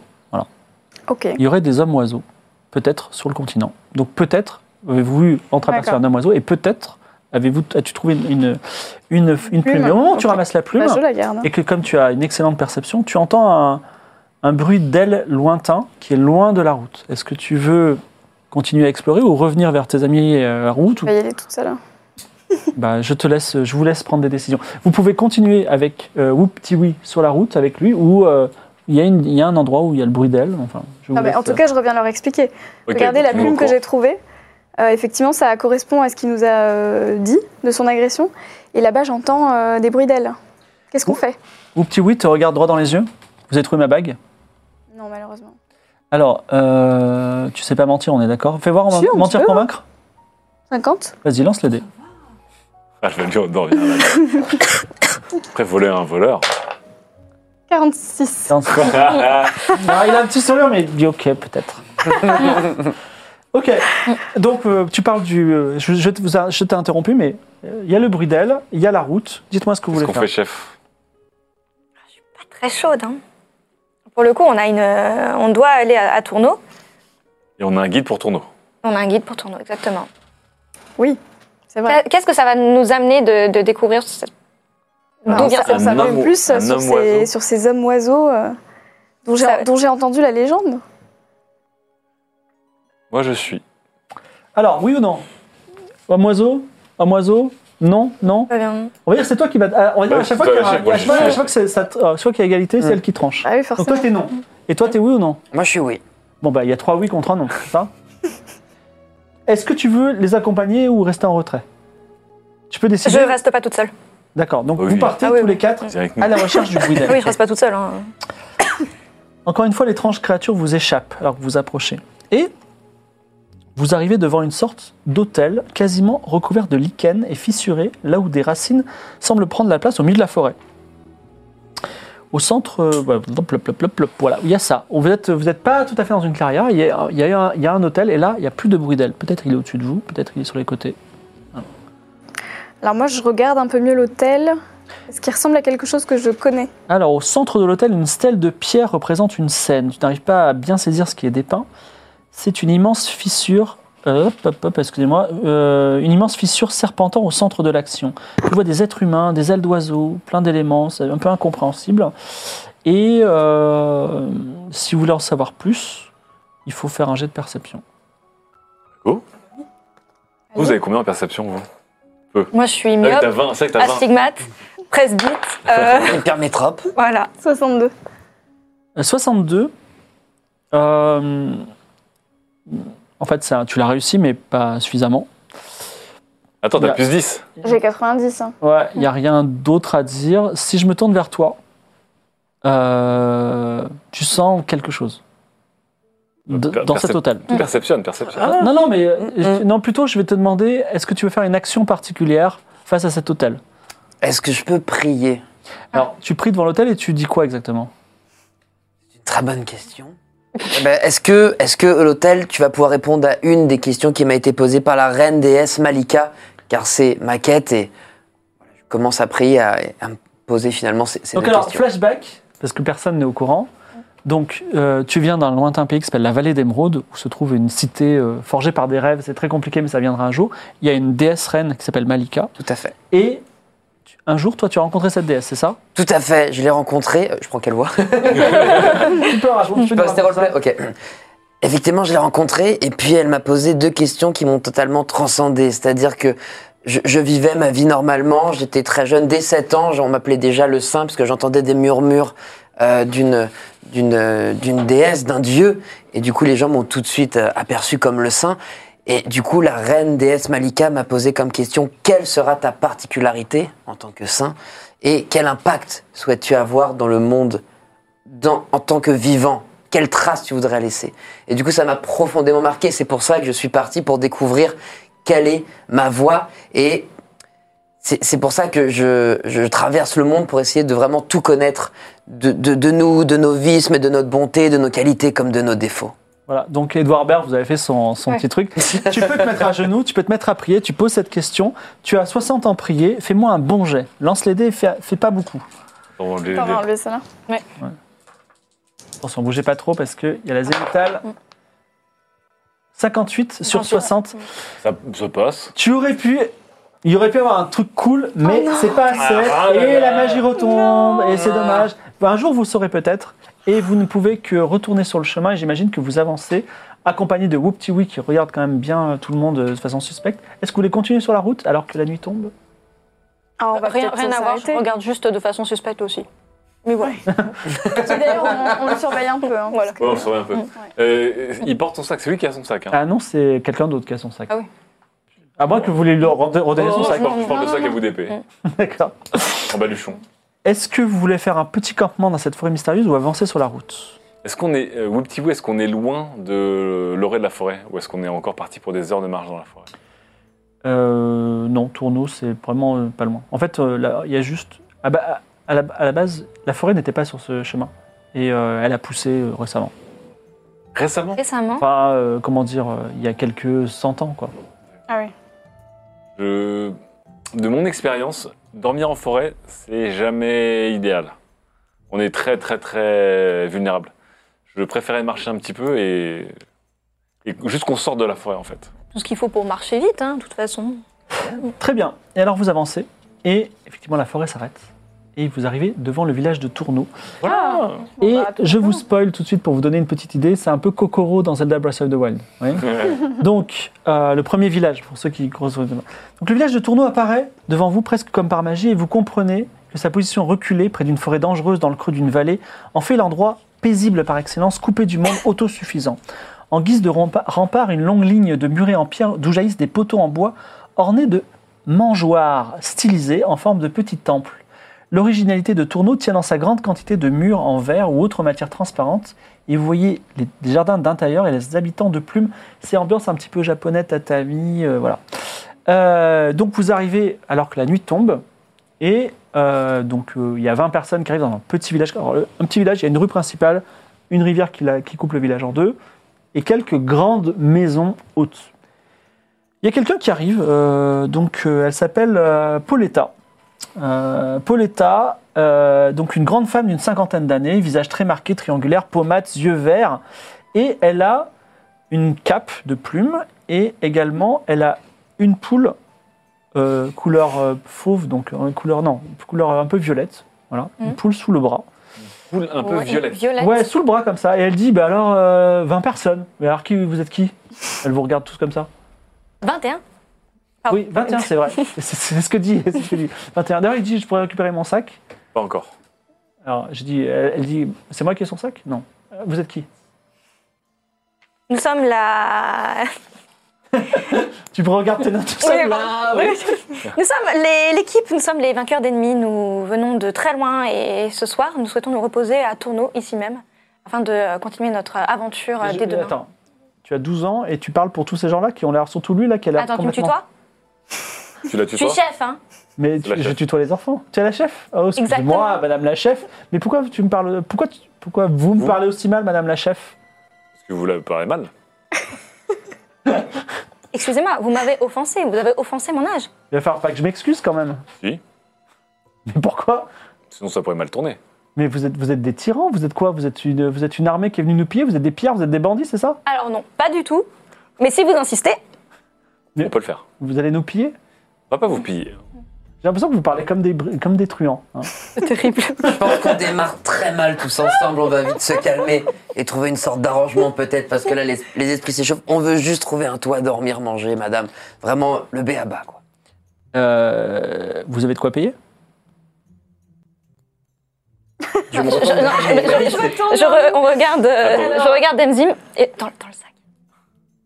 Ok.
Il y aurait des hommes-oiseaux, peut-être, sur le continent. Donc peut-être avez-vous vu entreapercevoir
D'accord.
un homme-oiseau et peut-être avez-vous, as-tu trouvé une, une, une, une plume.
Plume,
Et au moment où tu
ok.
ramasses la plume,
Bah, je la garde.
et que comme tu as une excellente perception, tu entends un, un bruit d'ailes lointain qui est loin de la route. Est-ce que tu veux continuer à explorer ou revenir vers tes amis euh, à route ou-
Je vais y aller toute seule. hein.
bah, je, te laisse, je vous laisse prendre des décisions. Vous pouvez continuer avec euh, Whoop-Tiwi sur la route avec lui ou euh, il y, a une- il y a un endroit où il y a le bruit d'ailes. Enfin, je vous
Non, mais
laisse,
Ah, bah, en tout
euh,
cas, je reviens leur expliquer.
Ok,
Regardez la
continue
plume
au
que
cours.
j'ai trouvée. Euh, effectivement, ça correspond à ce qu'il nous a euh, dit de son agression. Et là-bas, j'entends euh, des bruits d'ailes. Qu'est-ce qu'on
Ouh.
fait
Vous, petit oui, te regarde droit dans les yeux. Vous avez trouvé ma bague
Non, malheureusement.
Alors, euh, tu sais pas mentir, on est d'accord Fais voir, on va-
Si, on hein.
mentir,
peut.
convaincre
50
Vas-y, lance le dé.
Ah, je vais bien dormir. là. Après, voler à un voleur.
46.
Ah, il a un petit sourire, mais il dit ok, peut-être. ok, donc euh, tu parles du. euh, je je, te- vous a- je t'ai interrompu, mais euh, il y a le bruit d'ailes, il y a la route. Dites-moi ce que vous
Qu'est-ce
voulez
qu'on
faire.
fait, chef
Pas très chaude, hein. Pour le coup, on, a une, euh, on doit aller à, à Tourneau.
Et on a un guide pour tourneau.
On a un guide pour Tourneau, exactement.
C'est vrai.
Qu'est-ce que ça va nous amener de, de découvrir cette...
Donc,
D'où vient
ça,
un
cette...
ça en
homme
dit
ou-
plus euh,
un
sur
homme
ces,
oiseau.
sur ces hommes oiseaux euh, dont j'ai
Ça-
dont j'ai entendu la légende.
Moi, je suis.
Alors, oui ou non Homme oiseau Homme oiseau Non Non
Euh,
On va dire que c'est toi qui va. ah, On va dire à
Ouais,
chaque fois qu'il y a,
bah,
un-
chaque- moi,
à chaque fois-
je-
à chaque fois que c'est- ça te- euh, soit qu'il y a égalité, c'est
Mm.
elle qui tranche.
Ah oui,
Donc
forcément.
toi, t'es non. Et toi, t'es oui ou non
Moi, je suis oui.
Bon, bah, il y a trois oui contre un non, c'est ça Est-ce que tu veux les accompagner ou rester en retrait Tu peux décider.
Je reste pas toute seule.
D'accord, donc
Oui.
vous partez
Ah oui,
tous
oui.
les quatre
Viens avec nous.
à la recherche du bruit d'air.
Oui, je reste pas toute seule. hein.
Encore une fois, l'étrange créature vous échappe alors que vous approchez. Et vous arrivez devant une sorte d'autel quasiment recouvert de lichens et fissuré, là où des racines semblent prendre la place au milieu de la forêt. Au centre, euh, voilà, plop, plop, plop, plop, plop, voilà, il y a ça. Vous n'êtes vous êtes pas tout à fait dans une clairière, il y a, il y a un, il y a un hôtel et là, il n'y a plus de bruit d'aile. Peut-être il est au-dessus de vous, peut-être il est sur les côtés.
Alors moi, je regarde un peu mieux l'hôtel, ce qui ressemble à quelque chose que je connais.
Alors, au centre de l'hôtel, une stèle de pierre représente une scène. Tu n'arrives pas à bien saisir ce qui est dépeint. C'est une immense fissure. euh, Hop, hop, hop, excusez-moi. euh, une immense fissure serpentant au centre de l'action. Tu vois des êtres humains, des ailes d'oiseaux, plein d'éléments, c'est un peu incompréhensible. Et euh, si vous voulez en savoir plus, il faut faire un jet de perception.
Vous avez combien en perception, vous
Moi, je suis
Ah, T'as
myope,
20, c'est vrai que t'as 20.
astigmate, presbyte. euh,
Hypermétrope.
voilà.
62.
Euh, 62. euh, en fait, ça, tu l'as réussi, mais pas suffisamment.
Attends, t'as
Yeah.
plus 10.
J'ai 90. hein.
Ouais, il n'y a rien d'autre à dire. Si je me tourne vers toi, euh, tu sens quelque chose D-
Per-
dans cet
percep-
hôtel.
Mm.
Perception, perception.
Ah
Non, non, mais euh,
Mm,
non, plutôt, je vais te demander, est-ce que tu veux faire une action particulière face à cet hôtel
Est-ce que je peux prier
Alors, tu pries devant l'hôtel et tu dis quoi exactement
C'est une très bonne question. Eh ben, est-ce que, est-ce que l'hôtel, tu vas pouvoir répondre à une des questions qui m'a été posée par la reine déesse Malika, car c'est ma quête et voilà, je commence à prier à, à me poser finalement ces, ces
Donc
deux
alors,
questions.
flashback, parce que personne n'est au courant. Donc, euh, tu viens d'un lointain pays qui s'appelle la Vallée d'Émeraude, où se trouve une cité euh, forgée par des rêves. C'est très compliqué, mais ça viendra un jour. Il y a une déesse reine qui s'appelle Malika.
Tout à fait.
Et tu- un jour, toi, tu as rencontré cette déesse, c'est ça
Tout à fait. Je l'ai rencontrée. euh, Je prends quelle voix
Tu peux raconter. tu
Je
peux
peux
nous
rester
raconter
roleplay Ok. Effectivement, je l'ai rencontrée et puis elle m'a posé deux questions qui m'ont totalement transcendé. C'est-à-dire que je, je vivais ma vie normalement, j'étais très jeune, dès 7 ans, on m'appelait déjà le saint parce que j'entendais des murmures euh, d'une d'une euh, d'une déesse, d'un dieu. Et du coup, les gens m'ont tout de suite euh, aperçu comme le saint. Et du coup, la reine déesse Malika m'a posé comme question quelle sera ta particularité en tant que saint et quel impact souhaites-tu avoir dans le monde dans- en tant que vivant Quelle trace tu voudrais laisser Et du coup, ça m'a profondément marqué. C'est pour ça que je suis parti pour découvrir quelle est ma voie. Et c'est c'est pour ça que je, je traverse le monde pour essayer de vraiment tout connaître de, de- de nous, de nos vices, mais de notre bonté, de nos qualités comme de nos défauts.
Voilà, donc Edouard Baird, vous avez fait son, son
Ouais.
petit truc. tu peux te mettre à genoux, tu peux te mettre à prier, tu poses cette question. Tu as 60 ans prier, fais-moi un bon jet. Lance les dés et fais, fais pas beaucoup.
On va les-
Attends, on va
les-
enlever ça là.
Attention, bougez pas trop parce qu'il y a la zénitale. 58 sur 60.
Ça ça passe.
Tu aurais pu. Il aurait pu avoir un truc cool, mais c'est pas assez.
Ah, ah là
et
là.
la magie retombe, et c'est dommage. Enfin, un jour, vous le saurez peut-être, et vous ne pouvez que retourner sur le chemin, et j'imagine que vous avancez, accompagné de Whoop-Ti-Wee qui regarde quand même bien euh, tout le monde euh, de façon suspecte. Est-ce que vous voulez continuer sur la route alors que la nuit tombe
Ah, on va
Rien,
peut-être
rien à voir, je
s'arrêter.
regarde juste de façon suspecte aussi. Mais voilà.
Parce que D'ailleurs, on, on le surveille un peu. hein, parce que-
Ouais, on se remet un peu.
Ouais.
Euh, il porte son sac, c'est lui qui a son sac. hein.
Ah non, c'est quelqu'un d'autre qui a son sac.
Ah oui.
À moins que vous voulez leur rendre-
Non,
redonner
non,
son
non,
sac.
je porte, je porte
Non,
le
non,
sac à
Mm.
non.
vous d'épée,
D'accord.
en baluchon.
Est-ce que vous voulez faire un petit campement dans cette forêt mystérieuse ou avancer sur la route
Est-ce qu'on est, euh, Wiptiwou, est-ce qu'on est loin de l'orée de la forêt Ou est-ce qu'on est encore parti pour des heures de marche dans la forêt
euh, Non, Tourneau, c'est vraiment euh, pas loin. En fait, euh, là, il y a juste. ah bah, à, la, à la base, la forêt n'était pas sur ce chemin. Et euh, elle a poussé euh, récemment.
Récemment
Récemment,
Enfin, euh, comment dire, euh, il y a quelques cent ans, quoi.
Ah oui.
Je- De mon expérience, dormir en forêt, c'est jamais idéal. On est très, très, très vulnérable. Je préférais marcher un petit peu et, et juste qu'on sorte de la forêt, en fait.
tout ce qu'il faut pour marcher vite, hein, de toute façon.
Très bien. Et alors vous avancez, et effectivement la forêt s'arrête. Et vous arrivez devant le village de Tourneau.
Voilà
Et
bah,
je vous spoil tout de suite pour vous donner une petite idée, c'est un peu Kokoro dans Zelda Breath of the Wild. vous voyez Donc, euh, le premier village, pour ceux qui... Donc le village de Tourneau apparaît devant vous presque comme par magie, et vous comprenez que sa position reculée près d'une forêt dangereuse dans le creux d'une vallée en fait l'endroit paisible par excellence, coupé du monde autosuffisant. En guise de rempa- rempart, une longue ligne de murets en pierre d'où jaillissent des poteaux en bois ornés de mangeoires stylisées en forme de petits temples. L'originalité de Tourneau tient dans sa grande quantité de murs en verre ou autres matières transparentes. Et vous voyez les jardins d'intérieur et les habitants de plumes. C'est ambiance un petit peu japonaise, tatami, euh, voilà. Euh, donc vous arrivez alors que la nuit tombe. Et euh, donc euh, il y a 20 personnes qui arrivent dans un petit village. Alors, le- un petit village, il y a une rue principale, une rivière qui, la- qui coupe le village en deux, et quelques grandes maisons hautes. Il y a quelqu'un qui arrive, euh, donc euh, elle s'appelle euh, Pauletta. Euh, Pauletta, euh, donc une grande femme d'une cinquantaine d'années, visage très marqué, triangulaire, pommade, yeux verts, et elle a une cape de plumes et également elle a une poule euh, couleur euh, fauve, donc euh, couleur non, couleur un peu violette, voilà, une
Mhm.
poule sous le bras.
Poule un peu
Ouais,
violette.
Violette.
Ouais, sous le bras comme ça. Et elle dit, bah alors, euh, 20 personnes. Mais alors, qui, vous êtes qui Elle vous regarde tous comme ça.
21. Pardon.
Oui, 21, c'est vrai. C'est- C'est ce que dit. c'est ce que dit. 21. D'ailleurs, il dit, je pourrais récupérer mon sac.
Pas encore.
Alors, je dis, elle, elle dit, c'est moi qui ai son sac Non. Euh, Vous êtes qui
Nous sommes la...
Tu me regardes tes notes tout
Oui,
seul,
pardon.
là, oui.
Nous sommes les- l'équipe, nous sommes les vainqueurs d'ennemis. Nous venons de très loin et ce soir, nous souhaitons nous reposer à Tourneau, ici même, afin de euh, continuer notre aventure euh,
Je-
dès demain.
Attends. Tu as 12 ans et tu parles pour tous ces gens-là qui ont l'air, surtout lui, là, qui a l'air
Attends, tu me
complètement...
tutoies
Tu la
Je
tues
suis chef, hein
Mais
La
tu,
chef.
je tutoie les enfants. Tu es la chef Oh, excusez-moi,
Exactement.
madame la chef. Mais pourquoi tu me parles... Pourquoi, tu- pourquoi vous me
Vous.
parlez aussi mal, madame la chef
Parce que vous la parlez mal.
Excusez-moi, vous m'avez offensé, vous avez offensé mon âge.
Il va falloir pas que je m'excuse, quand même.
Si.
Mais pourquoi
Sinon, ça pourrait mal tourner.
Mais vous êtes, vous êtes des tyrans, vous êtes quoi vous êtes, une, vous êtes une armée qui est venue nous piller, vous êtes des pierres, vous êtes des bandits, c'est ça
Alors non, pas du tout. Mais si vous insistez,
On peut le faire.
Vous allez nous piller
On va pas vous piller.
J'ai l'impression que vous parlez comme des, br- comme des truands. hein.
terrible.
Je pense qu'on démarre très mal tous ensemble. On va vite se calmer et trouver une sorte d'arrangement peut-être parce que là les, les esprits s'échauffent. On veut juste trouver un toit, dormir, manger, madame. Vraiment le béaba quoi.
Euh, vous avez de quoi payer
Je me
je- non, je- Je re- on regarde, euh,
Attends.
je regarde Demzim et dans, dans le sac.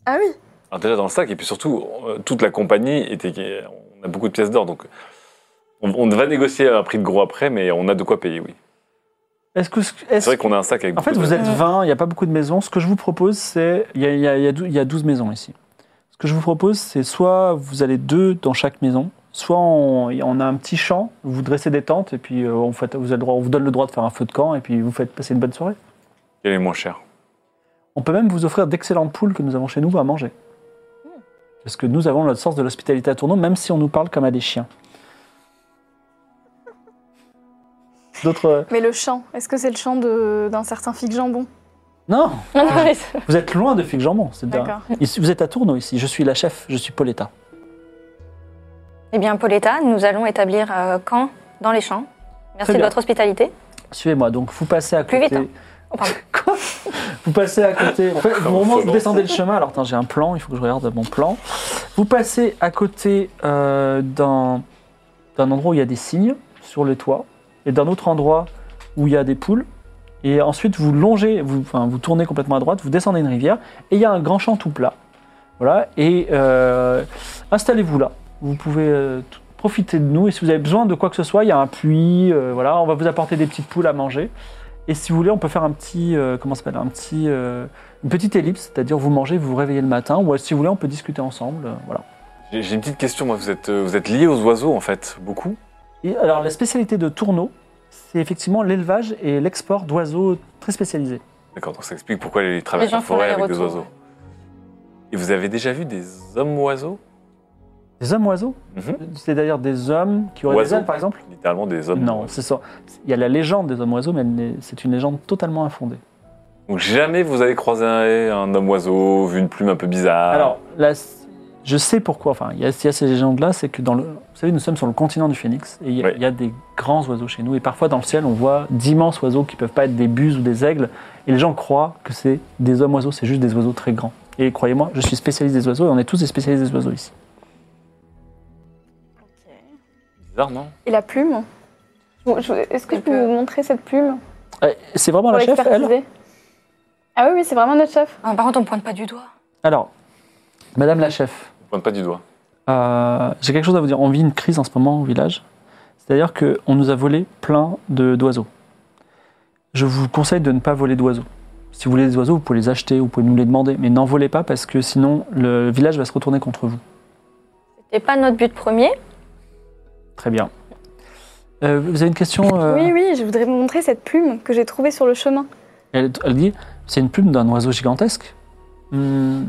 Ah oui.
Alors déjà dans le sac, et puis surtout, euh, toute la compagnie était. On a beaucoup de pièces d'or, donc on, on va négocier un prix de gros après, mais on a de quoi payer, oui.
Est-ce que.
C'est
Est
vrai qu'on a un sac avec
en fait,
beaucoup de-
vous êtes 20, il n'y a pas beaucoup de maisons. Ce que je vous propose, c'est. Il y a, il y a- il y a dou- il y a 12 maisons ici. Ce que je vous propose, c'est soit vous allez deux dans chaque maison, soit on, on a un petit champ, vous dressez des tentes, et puis euh, on, fait, vous avez le droit, on vous donne le droit de faire un feu de camp, et puis vous faites passer une bonne soirée.
Il est moins cher.
On peut même vous offrir d'excellentes poules que nous avons chez nous à manger. Parce que nous avons notre sens de l'hospitalité à Tourneau, même si on nous parle comme à des chiens. D'autres. euh,
Mais le chant, est-ce que c'est le chant de- d'un certain figue jambon
Non
Non, non, mais c'est-
Vous êtes loin de Fig Jambon, c'est bien.
D'accord.
Ici- Vous êtes à Tourneau ici, je suis la chef, je suis Pauletta.
Eh bien, Pauletta, nous allons établir euh, camp dans les champs.
Très
Merci de
bien.
votre hospitalité.
Suivez-moi, donc vous passez à
Plus
côté.
vite, Oh, pardon.
Quoi Vous passez à côté. En fait, au moment où vous
Comment
descendez le chemin, alors attends, j'ai un plan, il faut que je regarde mon plan. Vous passez à côté euh, d'un d'un endroit où il y a des signes sur le toit et d'un autre endroit où il y a des poules. Et ensuite, vous longez, vous, enfin, vous tournez complètement à droite, vous descendez une rivière, et il y a un grand champ tout plat. Voilà, et euh, installez-vous là. Vous pouvez euh, t- profiter de nous, et si vous avez besoin de quoi que ce soit, il y a un puits, euh, voilà, on va vous apporter des petites poules à manger. Et si vous voulez, on peut faire un petit, euh, comment ça s'appelle, un petit, euh, une petite ellipse, c'est-à-dire vous mangez, vous vous réveillez le matin, ou euh, si vous voulez, on peut discuter ensemble, euh, voilà.
J'ai j'ai une petite question, moi. Vous êtes, euh, vous êtes lié aux oiseaux, en fait, beaucoup
Et alors, la spécialité de Tourneau, c'est effectivement l'élevage et l'export d'oiseaux très spécialisés.
D'accord, donc ça explique pourquoi ils traversent
Les gens
la
font
forêt avec des
l'aller-retour.
oiseaux. Et vous avez déjà vu des hommes oiseaux
Des hommes oiseaux
Mhm.
C'est-à-dire des hommes qui auraient
Oiseaux.
des ailes, par exemple
Littéralement des hommes.
Non,
oiseaux.
c'est ça. Il y a la légende des hommes oiseaux, mais elle n'est- c'est une légende totalement infondée.
Donc jamais vous avez croisé un, un homme oiseau, vu une plume un peu bizarre.
Alors, là, c- je sais pourquoi. Enfin, il y, a il y a ces légendes-là, c'est que dans le, vous savez, nous sommes sur le continent du Phénix et il y, a-
Oui.
il y a des grands oiseaux chez nous. Et parfois, dans le ciel, on voit d'immenses oiseaux qui peuvent pas être des buses ou des aigles. Et les gens croient que c'est des hommes oiseaux, c'est juste des oiseaux très grands. Et croyez-moi, je suis spécialiste des oiseaux et on est tous des spécialistes des oiseaux ici.
bizarre, non
Et la plume Je- je- Est-ce que je peux
Elle peut-
vous montrer cette plume
Euh, C'est vraiment
pour
la chef, elle
l'expertiser Ah oui, oui, c'est vraiment notre chef.
Ah, par contre, on pointe pas du doigt.
Alors, Madame la chef,
On pointe pas du doigt.
Euh, j'ai quelque chose à vous dire. On vit une crise en ce moment au village. C'est-à-dire qu'on nous a volé plein de- d'oiseaux. Je vous conseille de ne pas voler d'oiseaux. Si vous voulez des oiseaux, vous pouvez les acheter, vous pouvez nous les demander, mais n'en volez pas parce que sinon le village va se retourner contre vous.
C'était pas notre but premier.
Très bien. Euh, vous avez une question euh,
Oui, oui, je voudrais vous montrer cette plume que j'ai trouvée sur le chemin.
elle, elle dit c'est une plume d'un oiseau gigantesque. Hmm,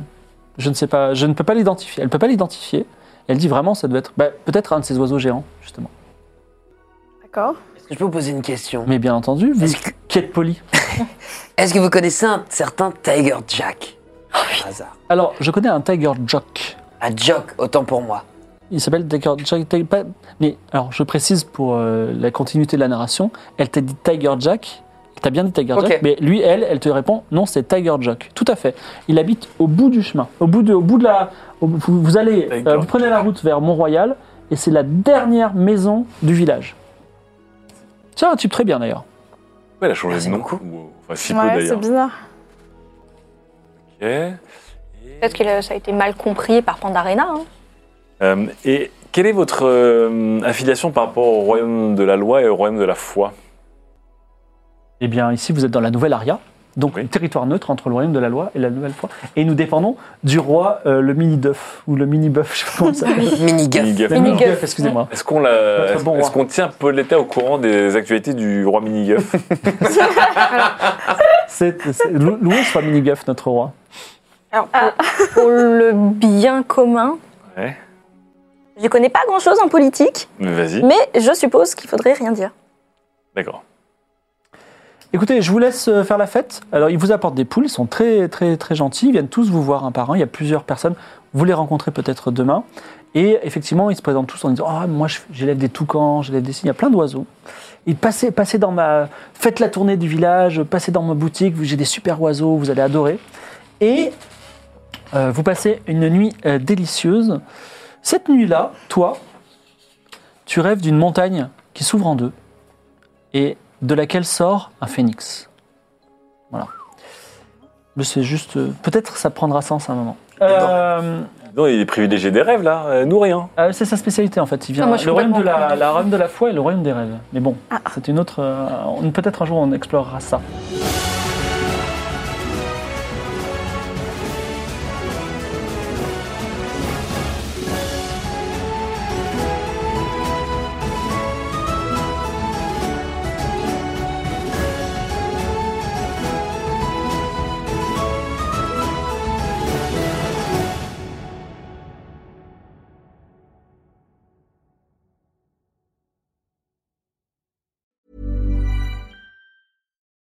je ne sais pas, je ne peux pas l'identifier. Elle peut pas l'identifier. Elle dit vraiment ça doit être bah, peut-être un de ces oiseaux géants justement.
D'accord.
Est-ce que je peux vous poser une question
Mais bien entendu, vous
Est-ce que,
qui êtes poli.
est-ce que vous connaissez un certain Tiger Jack Par hasard.
Alors, je connais un Tiger Jock.
Un Jock, autant pour moi.
Il s'appelle Tiger Jack. Ti- pas- mais alors, je précise pour euh, la continuité de la narration, elle t'a dit Tiger Jack. T'as bien dit Tiger
Ok.
Jack, mais lui, elle, elle te répond non, c'est Tiger Jack. Tout à fait. Il habite au bout du chemin, au bout de, au bout de la. au- vous, vous allez,
Tiger
euh, vous prenez la
Jack.
route vers Mont-Royal et c'est la dernière maison du village. C'est un type très bien d'ailleurs.
Ouais, elle a
Ah,
changé
Merci
de nom.
beaucoup.
Ou- Enfin, si peu
Ouais, c'est
d'ailleurs.
bizarre.
Ok. Et...
Peut-être que euh, ça a été mal compris par Pandarena. hein.
Euh, et quelle est votre euh, affiliation par rapport au royaume de la loi et au royaume de la foi
Eh bien, ici, vous êtes dans la nouvelle Aria, donc
Oui.
un territoire neutre entre le royaume de la loi et la nouvelle foi. Et nous dépendons du roi, euh, le mini-dœuf, ou le mini-bœuf, je sais pas comment ça s'appelle.
Minigaff.
Minigaff.
Mini-
Mini-gueuf, excusez-moi.
Est-ce qu'on la...
Notre
est
bon roi.
qu'on tient Pauletta au courant des actualités du roi Miniguff
C'est, c'est- lou- loué soit mini-gueuf, notre roi.
Alors, pour, pour le bien commun,
Ouais.
je connais pas grand-chose en politique,
Mais Vas-y.
mais je suppose qu'il faudrait rien dire.
D'accord.
Écoutez, je vous laisse euh, faire la fête. Alors, ils vous apportent des poules, ils sont très, très, très gentils. Ils viennent tous vous voir un par un. Il y a plusieurs personnes. Vous les rencontrez peut-être demain. Et effectivement, ils se présentent tous en disant Ah, moi, je- j'élève des toucans, j'élève des cygnes. Il y a plein d'oiseaux. Et passez, passez dans ma. Faites la tournée du village, passez dans ma boutique, j'ai des super oiseaux, vous allez adorer. Et euh, vous passez une nuit euh, délicieuse. Cette nuit-là, toi, tu rêves d'une montagne qui s'ouvre en deux et de laquelle sort un phénix. Voilà. Mais c'est juste. euh, Peut-être ça prendra sens à un moment. Euh,
Non, il est privilégié des rêves là, Euh, nous rien.
euh, c'est sa spécialité en fait. Il vient
Ah, moi, je
le
suis
royaume de
complètement Ah.
la,
perdue.
la royaume de la foi et le royaume des rêves. Mais bon, c'est une autre. euh, on- Peut-être un jour on explorera ça.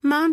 Mom